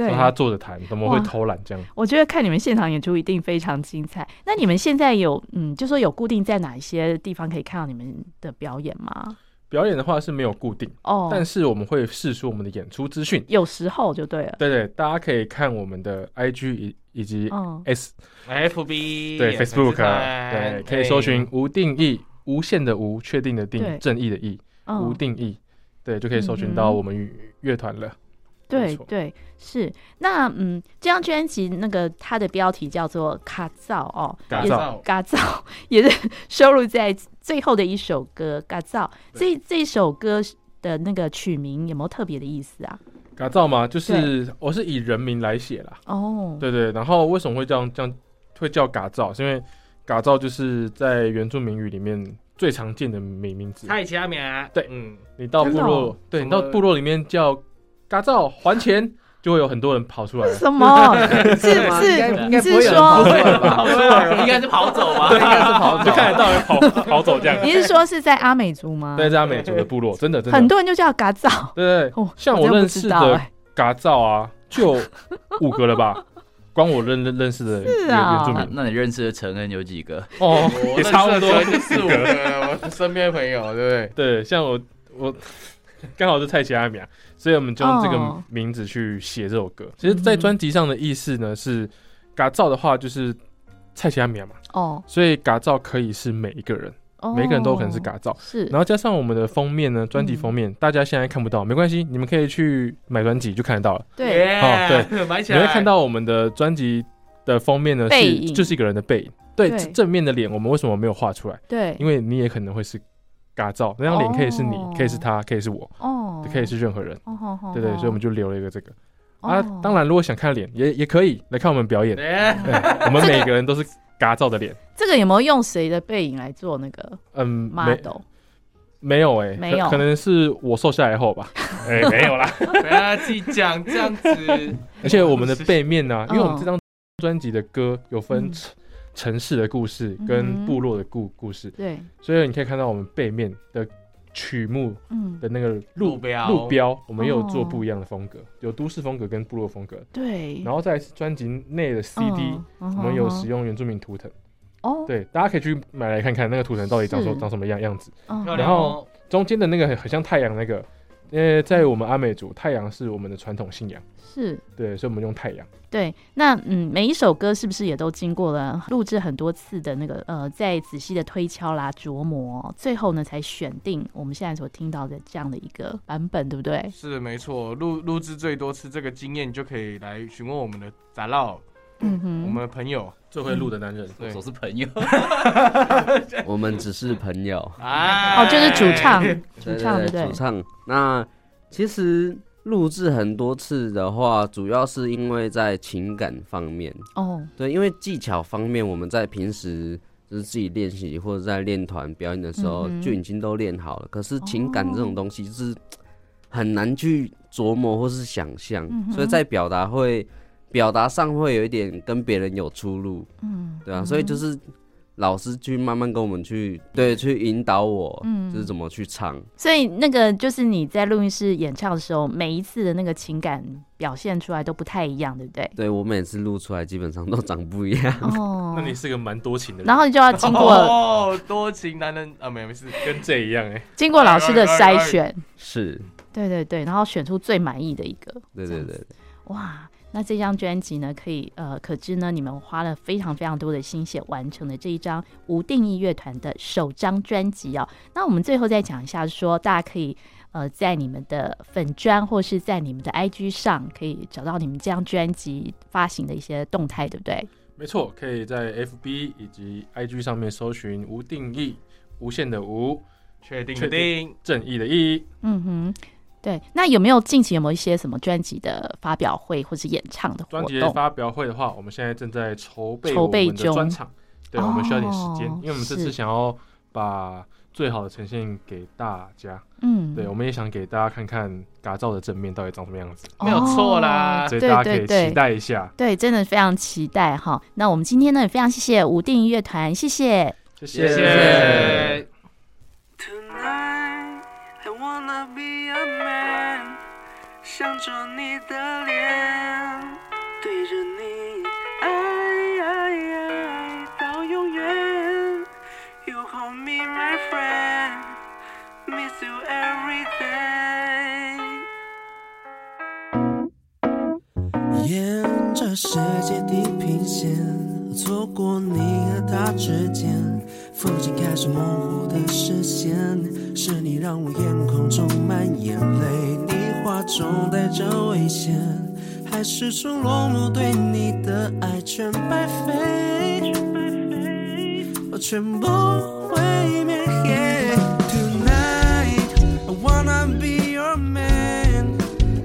Speaker 3: 对，
Speaker 4: 他坐着弹，怎么会
Speaker 3: 哇
Speaker 4: 偷懒这样？
Speaker 3: 我觉得看你们现场演出一定非常精彩。那你们现在有嗯，就说有固定在哪一些地方可以看到你们的表演吗？
Speaker 4: 表演的话是没有固定，
Speaker 3: 哦，
Speaker 4: 但是我们会试出我们的演出资讯。
Speaker 3: 有时候就对了。
Speaker 4: 对对，大家可以看我们的 IG 以以及
Speaker 3: 嗯
Speaker 4: S、
Speaker 5: 哎 FB
Speaker 4: 对 Facebook，对，啊
Speaker 5: 哎
Speaker 4: 可以搜寻“无定义”，无限的无，确定的
Speaker 3: 对
Speaker 4: 定，正义的义，
Speaker 3: 嗯
Speaker 4: 无定义，对，就可以
Speaker 3: 嗯
Speaker 4: 搜寻
Speaker 3: 哼
Speaker 4: 到我们乐乐团了。
Speaker 3: 对
Speaker 4: 没错
Speaker 3: 对是。那嗯，这张专辑那个它的标题叫做《卡造》哦，
Speaker 4: 嘎
Speaker 3: 也是
Speaker 4: 造
Speaker 3: 嘎造也是 收录在最后的一首歌《嘎造》。这这首歌的那个曲名有没有特别的意思啊？
Speaker 4: 嘎造嘛，就是我是以人名来写啦，
Speaker 3: 哦，
Speaker 4: 对对。然后为什么会这样这样会叫嘎造？是因为嘎造就是在原住民语里面最常见的名名字。
Speaker 5: 蔡佳苗，
Speaker 4: 对
Speaker 5: 嗯，
Speaker 4: 你到部
Speaker 3: 真的
Speaker 4: 落，
Speaker 3: 哦
Speaker 4: 对
Speaker 5: 什
Speaker 4: 你
Speaker 5: 么
Speaker 4: 到部落里面叫嘎造还钱，就会有很多人跑出来。
Speaker 3: 为什么？是是你是说
Speaker 8: 应该是跑走吧？
Speaker 4: 应该是跑 走，就看得到人 跑跑走这样。
Speaker 3: 你是说是在阿美族吗？
Speaker 4: 对，在美族的部落，真的真的
Speaker 3: 很多人就叫嘎造。
Speaker 4: 对对
Speaker 3: 哦，
Speaker 4: 像
Speaker 3: 我真
Speaker 4: 认
Speaker 3: 不
Speaker 4: 识
Speaker 3: 知道
Speaker 4: 的
Speaker 3: 哎
Speaker 4: 嘎造啊，就五个了 吧？光我认认认识的原
Speaker 3: 是啊
Speaker 4: 原住
Speaker 8: 那
Speaker 4: 民
Speaker 8: 那你认识的陈恩有几个？
Speaker 4: 哦，也差不多哦
Speaker 5: 四五个 了，我身边朋友，对不对？
Speaker 4: 对，像我我刚好是蔡奇阿米啊，所以我们就用这个
Speaker 3: 哦
Speaker 4: 名字去写这首歌。其实，在专辑上的意思呢是，嘎造的话就是蔡奇阿米啊嘛，
Speaker 3: 哦，
Speaker 4: 所以嘎造可以是每一个人，
Speaker 3: 哦
Speaker 4: 每一个人都可能是嘎造。
Speaker 3: 是，
Speaker 4: 然后加上我们的封面呢，
Speaker 3: 嗯
Speaker 4: 专辑封面、大家现在看不到，没关系，你们可以去买专辑就看得到了。
Speaker 5: 哎
Speaker 3: 对，
Speaker 4: 哦
Speaker 5: 对， 买起
Speaker 4: 你
Speaker 5: 来
Speaker 4: 会看到我们的专辑的封面呢
Speaker 3: 背
Speaker 4: 是
Speaker 3: 影
Speaker 4: 就是一个人的背影，对
Speaker 3: 对
Speaker 4: 正正面的脸我们为什么没有画出来？
Speaker 3: 对，
Speaker 4: 因为你也可能会是嘎造，那张脸可以是你，
Speaker 3: 哦
Speaker 4: 可以是他，可以是我，
Speaker 3: 哦，
Speaker 4: 可以是任何人。
Speaker 3: 哦，哦哦，
Speaker 4: 对对，所以我们就留了一个这个啊
Speaker 3: 哦。
Speaker 4: 当然，如果想看脸也也可以来看我们表演，
Speaker 3: 哎
Speaker 4: 对我们每个人都是嘎造的脸。
Speaker 3: 这个有没有用谁的背影来做那个
Speaker 4: 嗯，没
Speaker 3: model？
Speaker 4: 没有哎，
Speaker 3: 没
Speaker 4: 可
Speaker 3: 有
Speaker 4: 可能是我瘦下来后 吧。哎，没有啦。
Speaker 5: 不要自己讲这样子。
Speaker 4: 而且我们的背面呢、因为我们
Speaker 3: 嗯
Speaker 4: 这张专辑的歌有分城城市的故事
Speaker 3: 嗯
Speaker 4: 跟
Speaker 3: 哼
Speaker 4: 部落的故故事，
Speaker 3: 对，
Speaker 4: 所以你可以看到我们背面的曲目
Speaker 3: 嗯，
Speaker 4: 的那个
Speaker 5: 路
Speaker 4: 路
Speaker 5: 标
Speaker 4: 路标，我们也有做
Speaker 3: 哦
Speaker 4: 不一样的风格，有都市风格跟部落风格。
Speaker 3: 对，嗯
Speaker 4: 然后再来是专辑内的 CD，、
Speaker 3: 我
Speaker 4: 我们有使用原住民图腾，
Speaker 3: 哦，
Speaker 4: 对，大家可以去买来看看那个图腾到底长什
Speaker 3: 是
Speaker 4: 长什么样样子。
Speaker 3: 嗯
Speaker 5: 漂
Speaker 4: 然
Speaker 5: 亮
Speaker 4: 后
Speaker 5: 哦
Speaker 4: 中间的那个很很像太阳那个，因为在我们阿美族，太阳是我们的传统信仰，
Speaker 3: 是。
Speaker 4: 对，所以我们用太阳。
Speaker 3: 对，那嗯，每一首歌是不是也都经过了录制很多次的那个呃，再仔细的推敲啦、琢磨，最后呢才选定我们现在所听到的这样的一个版本，对不对？
Speaker 5: 是没错，录录制最多次这个经验，你就可以来询问我们的杂佬，
Speaker 3: 嗯
Speaker 5: 我
Speaker 3: 哼，
Speaker 5: 们的朋友
Speaker 4: 最会录的男人，
Speaker 3: 哦
Speaker 5: 对
Speaker 8: 总是朋友，
Speaker 2: 我们只是朋 友，
Speaker 5: 啊哎
Speaker 3: 哦，就是主唱，
Speaker 2: 对
Speaker 3: 主唱
Speaker 2: 对
Speaker 3: 对不对
Speaker 2: 主？唱。那其实录制很多次的话，主要是因为在情感方面，
Speaker 3: 哦，
Speaker 2: 对，因为技巧方面，我们在平时就是自己练习或者在练团表演的时候、
Speaker 3: 嗯哼哦
Speaker 2: 就已经都练好了。可是情感这种东西就是很难去琢磨或是想象，
Speaker 3: 嗯哼
Speaker 2: 所以在表达会表达上会有一点跟别人有出入，
Speaker 3: 嗯，
Speaker 2: 对啊，所以就是老师去慢慢跟我们去对去引导我，
Speaker 3: 嗯
Speaker 2: 就是怎么去唱。
Speaker 3: 所以那个就是你在录音室演唱的时候，每一次的那个情感表现出来都不太一样，对不 对？
Speaker 2: 对我每次录出来基本上都长不一样。
Speaker 3: 哦
Speaker 4: 那，你是个蛮多情的人，
Speaker 3: 然后你就要经 过
Speaker 5: 哦，多情男人啊，没有没事，
Speaker 4: 跟这一样哎、
Speaker 3: 经过老师的筛选，
Speaker 2: 是，
Speaker 3: 对对对，然后选出最满意的一个。
Speaker 2: 对
Speaker 3: 这
Speaker 2: 对
Speaker 3: 样
Speaker 2: 对，
Speaker 3: 哇，那这张专辑呢，可以呃，可知呢，你们花了非常非常多的心血完成了这一张无定义乐团的首张专辑哦。那我们最后再讲一下说大家可以呃，在你们的粉专或是在你们的 IG 上，可以找到你们这张专辑发行的一些动态，对不对？
Speaker 4: 没错，可以在 FB 以及 IG 上面搜寻“无定义”，无限的无，
Speaker 5: 确定确
Speaker 4: 确
Speaker 5: 定，
Speaker 4: 正义的义。
Speaker 3: 嗯哼。对，那有没有近期有没有一些什么专辑的发表会或是演唱的活
Speaker 4: 专
Speaker 3: 动？
Speaker 4: 辑发表会的话，我们现在正在筹备
Speaker 3: 筹
Speaker 4: 我
Speaker 3: 备
Speaker 4: 们的
Speaker 3: 中
Speaker 4: 专场，对，我们需要点时间
Speaker 3: 哦，
Speaker 4: 因为我们这次
Speaker 3: 是
Speaker 4: 想要把最好的呈现给大家。
Speaker 3: 嗯，
Speaker 4: 对，我们也想给大家看看嘎造的正面到底长什么样子，
Speaker 3: 哦
Speaker 5: 没有错啦
Speaker 4: 所以
Speaker 3: 对
Speaker 4: 大家可
Speaker 3: 对
Speaker 4: 以
Speaker 3: 对，
Speaker 4: 期待一下。
Speaker 3: 对，真的非常期待哈。那我们今天呢，也非常谢谢无定乐团，谢谢。
Speaker 4: 谢
Speaker 5: 谢谢。
Speaker 10: Tonight, I wanna be a man，想着你的脸，对着你爱爱爱到永远。You hold me, my friend, miss you every day。沿着世界地平线，错过你和他之间，风景开始模糊的视线，是你让我夜幕空中蔓延泪，你话中带着危险，还是从落幕对你的爱全白费，我全部毁灭。Yeah, Tonight, I wanna be your man.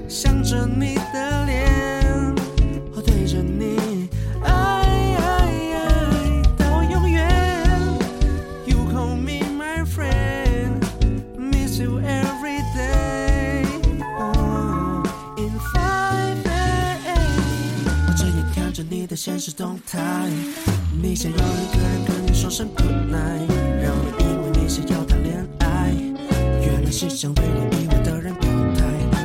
Speaker 10: 想着你的脸，我对着你爱爱爱到永远。You call me my friend, miss you every day. Oh, in five and 的现实动态。你想有一个人跟你说声 good night，让你以为你想要谈恋爱，原来是想为你以为的人表态。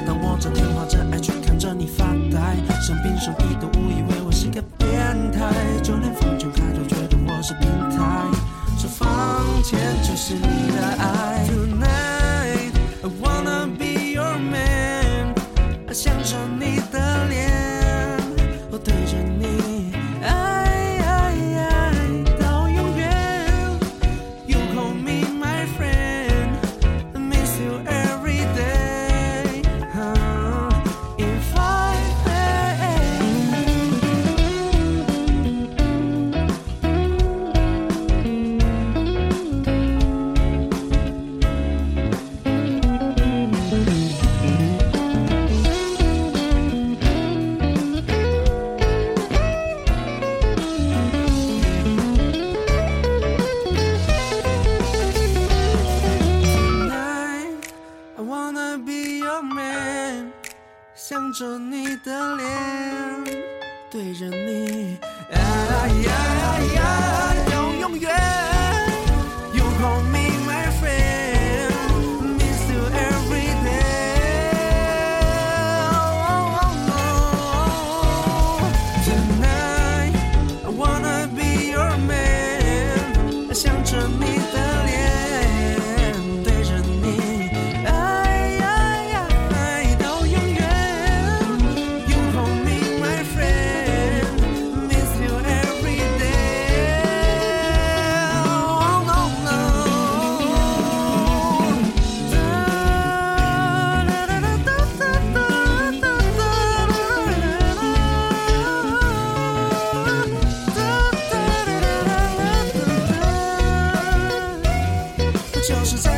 Speaker 10: 当我整天花着爱去看着你发呆，生病生意都误以为我是个变态，就连房间开头觉得我是病态。这房间就是你的爱。Tonight I wanna be your man，想着你的脸，我对着你爱爱爱到永远。You call me my friend, I miss you every day. Ah, If I may. Tonight, I wanna be your man，想着你的脸，对着你，爱爱爱到永远。You call me my friend, miss you every day. Oh, oh, oh, oh. Tonight, I wanna be your man，想着你的脸，对着你，爱爱爱爱到永远。You hold me, my friend, miss you every day. Oh no no. Da da da da da da da da 嗯 da da da da. 就是在